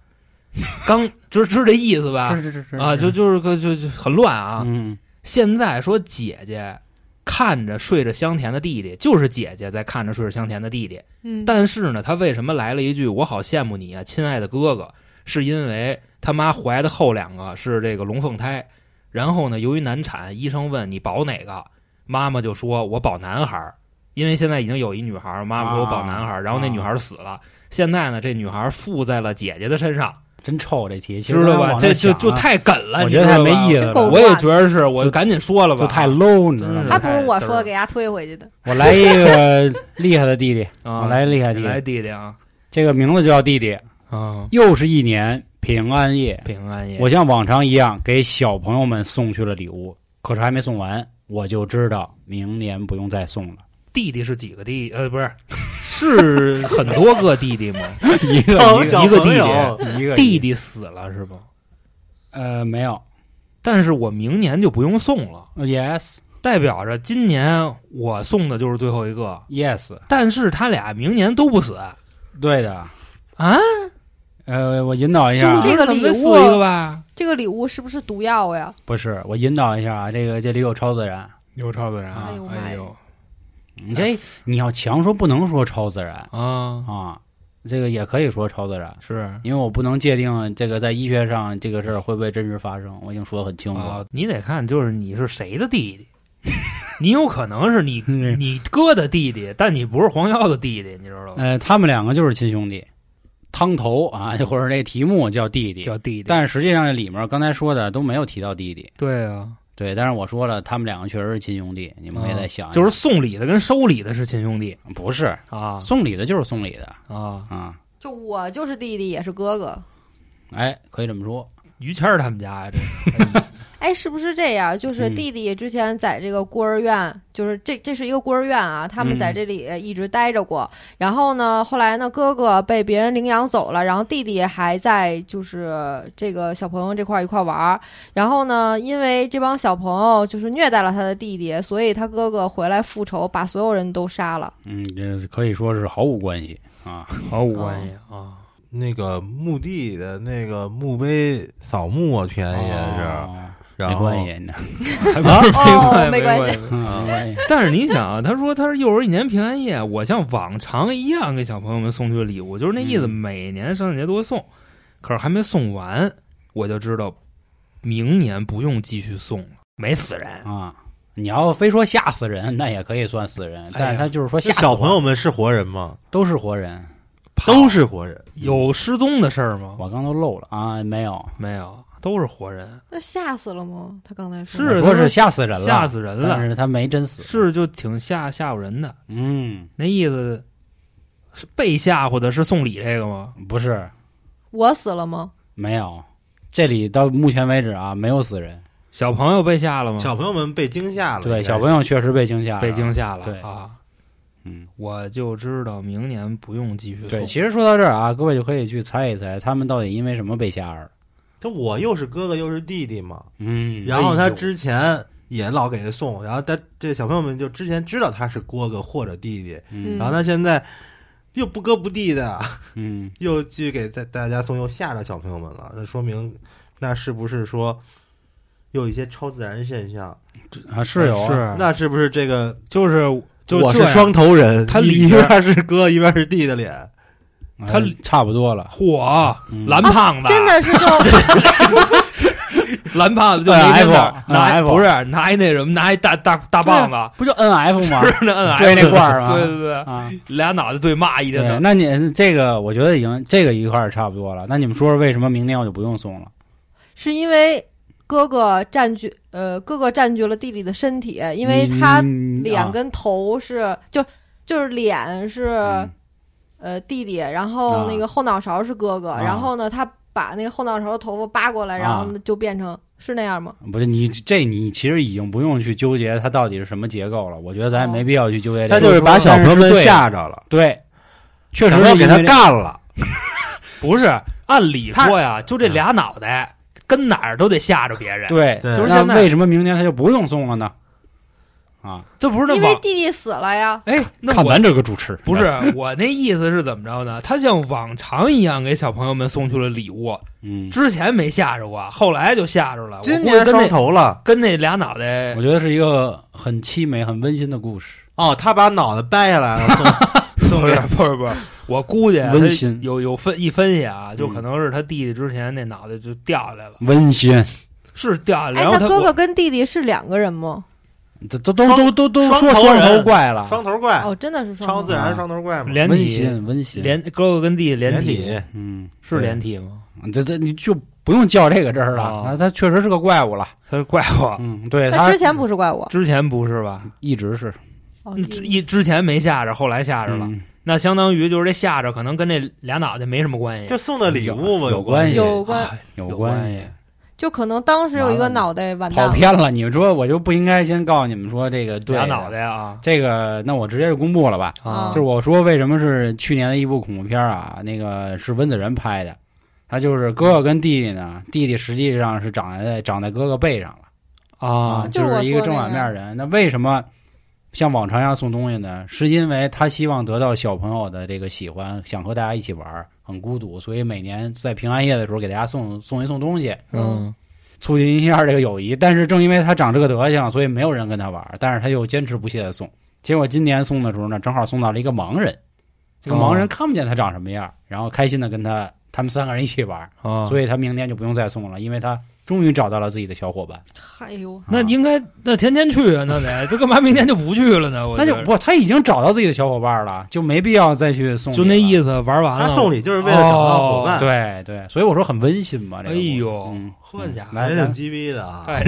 C: 刚知知这意思吧？
A: 嗯是是是
C: 啊，就就是个就就很乱啊。
A: 嗯
C: 现在说姐姐看着睡着香甜的弟弟，就是姐姐在看着睡着香甜的弟弟。
D: 嗯
C: 但是呢，她为什么来了一句“我好羡慕你啊，亲爱的哥哥”？是因为他妈怀的后两个是这个龙凤胎，然后呢，由于难产，医生问你保哪个，妈妈就说我保男孩儿，因为现在已经有一女孩儿，妈妈说我保男孩儿，
A: 啊
C: 然后那女孩儿死了。现在呢，这女孩儿附在了姐姐的身上，
A: 真臭这题，其实
C: 知道
A: 我
C: 吧？
A: 往上
C: 这就
A: 想
C: 就
A: 啊
C: 太梗了，
A: 我
C: 你
A: 觉得
C: 知
A: 太
C: 道
A: 没
C: 吧
A: 意思
D: 这
A: 了
D: 够，
C: 我也觉得是，我
A: 就
C: 赶紧说了吧，
A: 就太 low，你知道
C: 真
A: 吗
C: 是
D: 还？不如
C: 哎
D: 我说的给他推回去的。
A: 我来一个厉害的弟弟，
C: 啊！
A: 我来厉害
C: 你
A: 弟
C: 来
A: 弟，
C: 弟弟啊，
A: 这个名字就叫弟弟。
C: 啊，
A: 又是一年平安夜，
C: 平安夜，
A: 我像往常一样给小朋友们送去了礼物，可是还没送完，我就知道明年不用再送 了。
C: 弟弟是几个弟？呃，不是，是很多个弟弟吗？
A: 一 个
E: 哦
A: 一
E: 小
A: 个
E: 朋
A: 一个弟
E: 友
A: 弟，一个
C: 弟，弟死了是吧？
A: 呃，没有
C: 但是我明年就不用送了，
A: ，yes
C: 代表着今年我送的就是最后一个。
A: yes，
C: 但是他俩明年都不死
A: 对的，
C: 啊，
A: 呃，我引导一下啊，
D: 这个
C: 怎么
D: 礼
C: 得
D: 物
C: 死一个吧？
D: 这个礼物是不是毒药呀？
A: 不是，我引导一下啊，这个这里有超自然，
C: 有超自然啊
D: 哎呦，妈呀
C: 哎呦嗯
A: 你这你要强说不能说超自然
C: 啊，
A: 啊，这个也可以说超自然，
C: 是
A: 因为我不能界定这个在医学上这个事儿会不会真实发生，我已经说的很清楚了。
C: 啊，你得看就是你是谁的弟 弟，你有可能是你
A: 嗯
C: 你哥的弟弟，但你不是黄瑶的弟弟，你知道吗？
A: 呃，他们两个就是亲兄弟，汤头啊， 或者这题目叫弟弟，
C: 叫弟弟，
A: 但实际上这里面刚才说的都没有提到弟弟。
C: 对啊，
A: 对，但是我说了，他们两个确实是亲兄弟，你们可以再想一想、
C: 就是送礼的跟收礼的是亲兄弟
A: 不是
C: 啊
A: 送礼的，就是送礼的
C: 啊！
A: 啊。
D: 就我就是弟弟，也是哥哥。
A: 哎，可以这么说，
C: 于谦儿他们家呀，这
D: 哎，是不是这样？就是
A: 嗯
D: 弟弟之前在这个孤儿院，就是这这是一个孤儿院啊，他们在
A: 嗯
D: 这里一直待着过。然后呢，后来呢，哥哥被别人领养走了，然后弟弟还在就是这个小朋友这块儿一块儿玩儿。然后呢，因为这帮小朋友就是虐待了他的弟弟，所以他哥哥回来复仇，把所有人都杀了。
A: 嗯，这可以说是毫无关系啊。
C: 毫无关系啊。
E: 那个墓地的那个墓碑扫墓啊，便宜也
A: 哦
E: 是，啊然
A: 没
E: 后
A: 关系，你知道吗
C: 还不是哎
D: 哦
C: 没
D: 没
C: 关
D: 关
C: 系
D: 系
C: 没关系。
A: 嗯没关系。
C: 但是你想啊，他说他是幼儿一年平安夜，我像往常一样给小朋友们送去礼物，就是那意思，
A: 嗯
C: 每年圣诞节都会送，可是还没送完，我就知道明年不用继续送了，没死人。
A: 啊。你要非说吓死人，那也可以算死
C: 哎
A: 人，但是他就是说吓
E: 这
A: 死
E: 小
A: 我
E: 朋友们是活人吗？
A: 都是活人，
E: 都是活人，
C: 有失踪的事儿吗？
A: 我刚都漏了啊，没有，
C: 没有，都是活人，
D: 那吓死了吗？他刚才说
C: 是
A: 我说
C: 他
A: 是吓死人了，
C: 吓死人
A: 但
C: 了，
A: 是他没真死，
C: 是就挺吓吓唬人的。
A: 嗯，
C: 那意思是被吓唬的是送礼这个吗？
A: 不是
D: 我死了吗？
A: 没有，这里到目前为止啊，没有死人，
C: 小朋友被吓了吗？
E: 小朋友们被惊吓了。
A: 对，
E: 应该是
A: 小朋友确实被惊吓了，
C: 被惊吓了，
A: 对
C: 啊。
A: 嗯，
C: 我就知道明年不用继续送。
A: 对，其实说到这儿啊，各位就可以去猜一猜，他们到底因为什么被吓着了，
E: 他我又是哥哥又是弟弟嘛，
A: 嗯，
E: 然后
A: 哎
E: 他
A: 呦
E: 之前也老给人送，然后他这小朋友们就之前知道他是哥哥或者弟弟，
A: 嗯
E: 然后他现在又不哥不弟的，
A: 嗯
E: 又去给大大家送，又吓着小朋友们了，那说明那是不是说有一些超自然现象？
A: 啊是有啊
C: 是
E: 那是不是这个
C: 就是就
E: 我
C: 这
E: 是
C: 样
E: 双头人，
C: 他
E: 一
C: 里
E: 一
C: 边
E: 边是哥一边是弟的脸，
A: 他嗯差不多了，
C: 火
A: 嗯
C: 蓝胖子，
D: 真的是就。
C: 蓝胖子就
A: 哎
C: 没听
A: iPhone，
C: 着拿
A: 哎
C: 不是拿一那什么拿一大大大棒子，
A: 不就 N F 吗？
C: 那摁 F
A: 对那块儿吗？
C: 对对对，
A: 啊，
C: 俩脑袋对骂一天
A: 对，
C: 的。
A: 那你这个我觉得已经这个一块儿差不多了。那你们说说为什么明年我就不用送了？
D: 是因为哥哥占据呃哥哥占据了弟弟的身体，因为
A: 你
D: 他
A: 你
D: 脸
A: 啊
D: 跟头是、就就是脸是、
A: 嗯
D: 呃弟弟，然后
A: 啊
D: 那个后脑勺是哥哥，
A: 啊
D: 然后呢他把那个后脑勺的头发扒过来，然后就变成、是那样吗？
A: 不是你这你其实已经不用去纠结它到底是什么结构了，我觉得
C: 哦
A: 咱也没必要去纠结这
E: 他
A: 个。
E: 就是把小朋友
A: 但
E: 们
A: 是对
E: 吓着了，
A: 对，确实
E: 小朋友
A: 是
E: 给他
A: 因为这
E: 干了，
C: 不是按理说呀，就这俩脑袋跟哪儿都得吓着别人，
A: 对，
E: 对
C: 就是
A: 那
C: 现在
A: 为什么明年他就不用送了呢？啊，
C: 这不是那
D: 因为
C: 往
D: 弟弟死了呀，
C: 哎，那
A: 看
C: 我
A: 咱这个主持
C: 不是，我那意思是怎么着呢？他像往常一样给小朋友们送去了礼物，
A: 嗯，
C: 之前没吓着过，后来就吓着了。
E: 今
C: 我
E: 年
C: 估计
E: 双
C: 跟那
E: 头了。
C: 跟那俩脑袋
A: 我觉得是一个很凄美、很温馨的故事。
E: 哦，他把脑袋掰下 来了，送送
C: 不是
E: 给
C: 不是不是，我估计啊
A: 温
C: 他
A: 馨
C: 有有分一分析啊，就
A: 嗯
C: 可能是他弟弟之前那脑袋就掉下来了，
A: 温馨，
C: 是掉下来。
D: 哎，
C: 然后
D: 那
C: 他
D: 哥
C: 我
D: 哥跟弟弟是两个人吗？
A: 这都都都都都
E: 双
A: 说
E: 头
A: 双头
E: 人
A: 怪了，
E: 双头怪，
D: 哦，真的是双
E: 超自
D: 胞
E: 然双头啊怪嘛，
C: 连
A: 温
C: 体
A: 馨温馨，
C: 连哥哥跟弟弟连
E: 连
C: 体
E: 体
A: 嗯，
C: 是连体吗？
A: 这这你就不用较这个真儿了
C: 哦，
A: 那他确实是个怪物了。
C: 他是怪我
A: 嗯，对
D: 那
A: 他
D: 之前不是怪我，
C: 之前不是吧？
A: 一直是
D: 哦
C: 嗯之一之前没吓着，后来吓着了，
A: 嗯
C: 那相当于就是这吓着可能跟这俩脑袋没什么关系
E: 这。送的礼物嘛
A: 有
E: 关
A: 关系
D: 有关、
C: 哎
A: 有
C: 有
A: 关
C: 关
A: 系
C: 系，
D: 就可能当时有一个
A: 完了
D: 脑袋完蛋
A: 跑
D: 了，
A: 偏了。你们说我就不应该先告诉你们说这个对
C: 俩
A: 的
C: 脑袋嗯啊
A: 这个，那我直接就公布了吧。
D: 啊
A: 就是我说为什么是去年的一部恐怖片啊？那个是温子仁拍的，他就是哥哥跟弟弟呢，弟弟实际上是长在长在哥哥背上了
C: 啊
D: 就
A: 就是
D: 我
A: 是一个
D: 说
A: 正
D: 那
A: 反
D: 个
A: 面人。那为什么像往常一样送东西呢？是因为他希望得到小朋友的这个喜欢，想和大家一起玩儿很孤独，所以每年在平安夜的时候给大家送送一送东西，
D: 嗯
C: 嗯，
A: 促进一下这个友谊。但是正因为他长这个德行，所以没有人跟他玩儿，但是他又坚持不懈的送。结果今年送的时候呢，正好送到了一个盲人，这个盲人
C: 哦
A: 看不见他长什么样儿，然后开心的跟他他们三个人一起玩儿，
C: 啊，
A: 所
C: 以
A: 以他明年就不用再送了，因为他终于找到了自己的小伙伴。
D: 哎呦，
C: 那应该那天天去啊，那得这干嘛明天就不去了呢？我
A: 那就
C: 觉得
A: 不，他已经找到自己的小伙伴了，就没必要再去送礼了。
C: 就那意思，玩完
E: 他
C: 了
E: 送礼就是为了找到伙伴，
A: 对对，所以我说很温馨嘛。这个
C: 哎呦
A: 嗯，
C: 呵家伙
A: 来
E: 还挺
A: 咱
E: 鸡逼的啊。
C: 太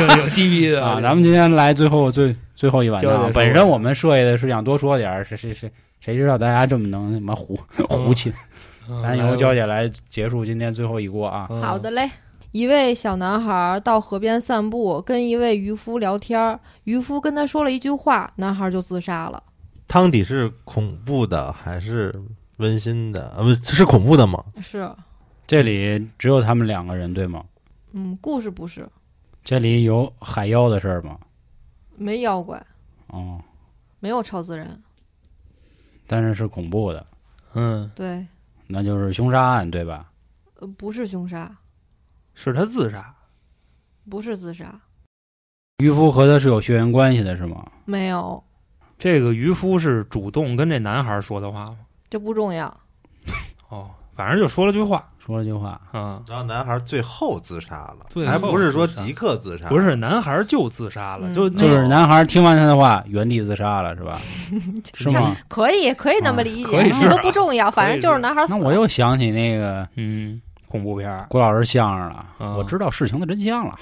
C: 有有鸡逼的
A: 啊，咱们今天来最后最最后一晚
C: 交代
A: 上
C: 说，
A: 本身我们设计的是想多说点儿，是是是，谁知道大家这么能什么胡胡琴？
C: 嗯
A: 咱由娇姐来结束今天最后一锅啊！
D: 好的，嘞。一位小男孩到河边散步，跟一位渔夫聊天儿。渔夫跟他说了一句话，男孩就自杀了。
E: 汤底是恐怖的还是温馨的？啊，不是是恐怖的吗？
D: 是，
A: 这里只有他们两个人对吗？
D: 嗯，故事不是
A: 这里有海妖的事儿吗？
D: 没妖怪，
A: 哦，
D: 没有超自然，
A: 但是是恐怖的，
C: 嗯，
D: 对，
A: 那就是凶杀案对吧？
D: 呃，不是凶杀，
C: 是他自杀，
D: 不是自杀，
A: 渔夫和他是有血缘关系的是吗？
D: 没有，
C: 这个渔夫是主动跟这男孩说的话吗？
D: 这不重要。
C: 哦，反正就说了句话
A: 说了句话，
C: 啊，
E: 然后男孩最后自杀了，
C: 最后
E: 还不是说
C: 自杀
E: 即刻自杀，
C: 不是男孩就自杀了，
D: 嗯
C: 就
A: 就
C: 那
A: 是男孩听完他的话，原地自杀了是吧？是吗？
D: 可以，可以那么理
C: 啊
D: 解，
C: 可以
D: 这
C: 是
D: 都
C: 啊
D: 不重要，反
C: 可以
D: 正就是
C: 是啊
D: 男孩死
A: 那我
D: 了
A: 又想起那个
C: 嗯，恐怖片儿。
A: 郭老师相声了，
C: 啊
A: 我知道事情的真相了。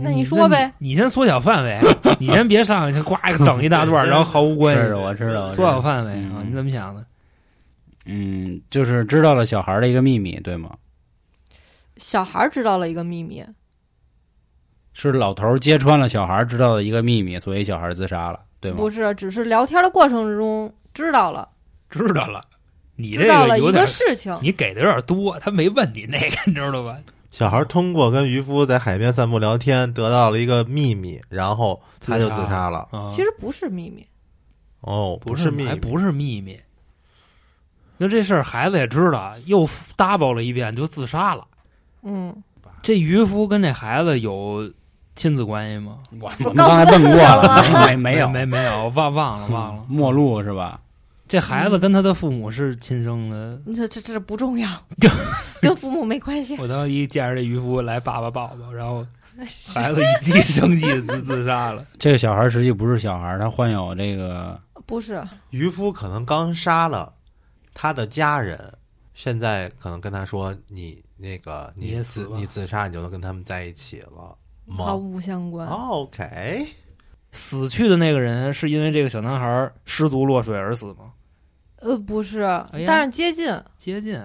D: 那你说呗
C: 你，你先缩小范围，你先别上去呱整一大段，然后毫无关
A: 是，
C: 系，
A: 我知道，我知
C: 缩小
A: 道。
C: 范围啊！
A: 嗯
C: 你怎么想的？
A: 嗯，就是知道了小孩的一个秘密，对吗？
D: 小孩儿知道了一个秘密，
A: 是老头揭穿了小孩知道的一个秘密，所以小孩自杀了，对吗
D: 不？是，只是聊天的过程中知道了，
C: 知道了，你这
D: 知道了
C: 有
D: 一
C: 点嗯
D: 个，事情，
C: 你给的有点多，他没问你那个，你知道吧？
E: 小孩通过跟渔夫在海边散步聊天，得到了一个秘密，然后他就自杀了。
C: 啊，
D: 其实不是秘密，
E: 哦，
C: 不
E: 是秘
C: 还
E: 密，
C: 不是秘密。那这事儿孩子也知道，又 double 了一遍就自杀了。
D: 嗯，
C: 这渔夫跟这孩子有亲子关系吗？
A: 我我们刚才问过了，没没有
C: 没没有，嗯忘忘了忘了。
A: 末路是吧？
C: 这孩子跟他的父母是亲生的。
D: 这这这不重 要，跟父母没关系，
C: 我当时一见着这渔夫来爸爸抱抱，然 后孩子一激生气自自杀了。
A: 这个小孩实际不是小孩，他患有这个
D: 不是，
E: 渔夫可能刚杀了他的家人，现在可能跟他说：“你那个
C: 你也
E: 你
C: 死
E: 自
C: 吧
E: 你自杀，你就能跟他们在一起了
D: 毫
E: 吗
D: 无相关，
E: ？”OK，
C: 死去的那个人是因为这个小男孩失足落水而死吗？
D: 呃，不是
C: 哎呀，
D: 但是接近，
C: 接近。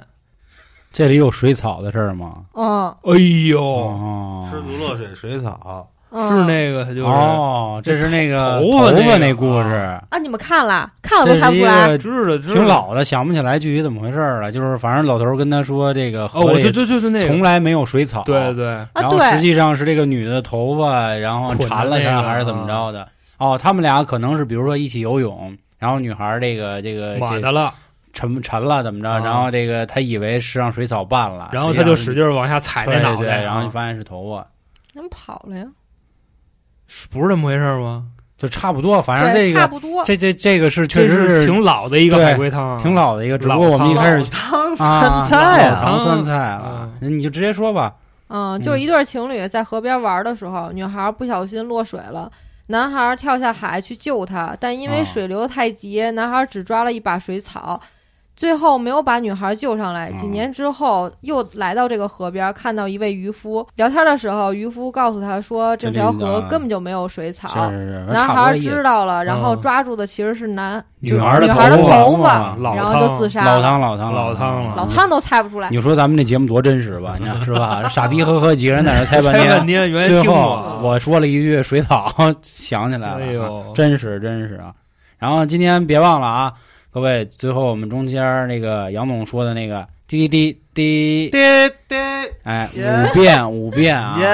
A: 这里有水草的事儿吗？
D: 嗯，
C: 哎呦，
A: 哦，
E: 失足落水水草，
D: 嗯
C: 是那个就是、
A: 哦，这是那个
C: 头
A: 头
C: 发那个
A: 发那故事。
D: 啊，你们看了，看我
A: 这
D: 都
A: 是
D: 看不出来，
A: 一个
C: 知道知道
A: 挺老的，想不起来具体怎么回事儿了。就是反正老头儿跟他说，这个
C: 哦，
A: 河
C: 我
A: 里
C: 就就就是那个
A: 从来没有水草，
C: 对对，
D: 啊，
A: 然后实
D: 对，
A: 际上是这个女的头发，然后缠了
C: 捆着那
A: 她
C: 个啊
A: 还是怎么着的？哦，他们俩可能是比如说一起游泳，然后女孩儿这个这啊个
C: 满
A: 这
C: 的了，
A: 沉沉了怎么着？
C: 啊
A: 然后这个她以为是让水草绊了，
C: 然后他就使
A: 实际
C: 劲往下踩
A: 上
C: 那
A: 对
C: 脑
A: 对，
C: 袋，
A: 然后就
C: 啊
A: 发现是头发，
D: 怎么跑了呀？
C: 是不是这么回事吗？
A: 就差不多，反正
D: 对，
A: 这
D: 差
A: 个
D: 不多，
A: 这这这个是确
C: 这
A: 实
C: 是挺老的一个
A: 对
C: 海龟汤，啊
A: 挺。老的一个，只不过
C: 老
A: 我们一开始
E: 汤
A: 啊，
E: 菜
A: 老
E: 啊，
A: 唐酸菜
C: 啊
A: 啊，你就直接说吧。
D: 嗯，就是一对情侣在河边玩的时候，女孩不小心落水了，男孩跳下海去救她，但因为
A: 啊
D: 水流太急，男孩只抓了一把水草，最后没有把女孩救上来。
A: 嗯
D: 几年之后，又来到这个河边，看到一位渔夫聊天的时候，渔夫告诉他说，这
A: 这
D: 条
A: 里呢
D: 河根本就没有水草。
A: 是是是，
D: 男
A: 差不多
D: 孩
A: 意思
D: 知道了，然后
C: 嗯
D: 抓住的其实是男
A: 女孩的
D: 女孩的
A: 头
D: 头
A: 发
D: 发，
C: 老
D: 然后就
C: 汤
D: 自杀
A: 老
D: 了。
A: 汤老汤
C: 老汤了
D: 老汤都猜不 出来，
A: 你说咱们这节目多真实吧？你看是吧？傻逼呵呵几个人在那猜半
C: 猜半
A: 天，
C: 天，原来
A: 最
C: 听
A: 后
C: 过。啊
A: 我说了一句水草， 想起来
C: 哎
A: 了啊，
C: 呦，
A: 真实真实啊！然后今天别忘了啊，各位，最后我们中间那个杨总说的那个滴滴滴滴，
E: 爹爹
A: 哎，
E: 耶
A: 五遍五遍啊！
E: 耶，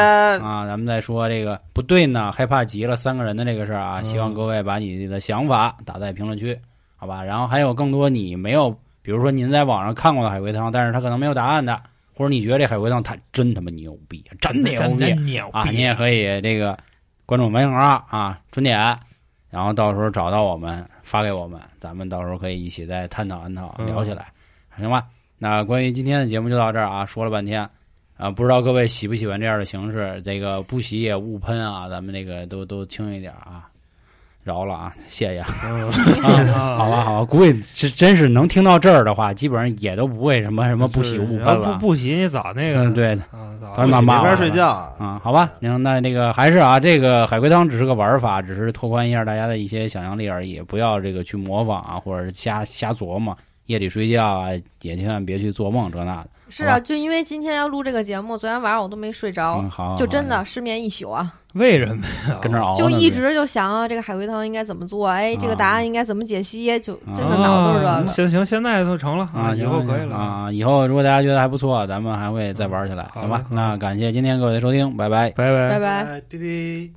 A: 啊，咱们再说这个不对呢，害怕极了三个人的这个事儿啊，
C: 嗯
A: 希望各位把你的想法打在评论区，好吧？然后还有更多你没有，比比如说您在网上看过的海龟汤，但是他可能没有答案的，或者你觉得这海龟汤它真他妈牛逼，真牛
C: 真
A: 逼
C: 的牛
A: 啊！你也可以这个关注我们公众号啊，春点，然后到时候找到我们发给我们，咱们到时候可以一起再探讨探讨
C: 嗯
A: 聊起来，行吧？那关于今天的节目就到这儿啊，说了半天。啊，不知道各位喜不喜欢这样的形式？这个不喜也勿喷啊，咱们这个都都轻一点啊，饶了啊，谢谢啊。
C: 嗯
A: 好
C: 好
A: 吧，好吧，估计是真是能听到这儿的话，基本上也都不会什么什么不喜勿喷了。
C: 啊呃不不喜你早那个
A: 嗯，对的
C: 啊，早
A: 咱们
E: 那
A: 骂
E: 边
A: 完
E: 睡觉啊
A: 啊，好吧，那那这个还是啊，这个海龟汤只是个玩法，只是拓宽一下大家的一些想象力而已，不要这个去模仿啊，或者是瞎瞎琢磨。夜里睡觉啊，也千万别去做梦这那的。
D: 是
A: 好
D: 啊，
A: 吧
D: 就因为今天要录这个节目，昨天晚上我都没睡着，
A: 嗯，好，
D: 就真的失眠一宿啊，
C: 为什么呀？啊
A: 跟这儿熬呢，
D: 就一直就想啊，这个海龟汤应该怎么做？哎，这
A: 啊
D: 个答案应该怎么解析？就真的
A: 啊
D: 脑都是这
C: 啊
D: 个。
C: 行行，现在就成了
A: 啊，
C: 以
A: 行
C: 后可以了。
A: 啊。以后如果大家觉得还不错，咱们还会再玩起来，
C: 嗯
A: 行吧
C: 好？的
A: 那感谢今天各位的收听，拜拜。
E: 哎
C: 拜拜
D: 拜拜。
E: 滴滴。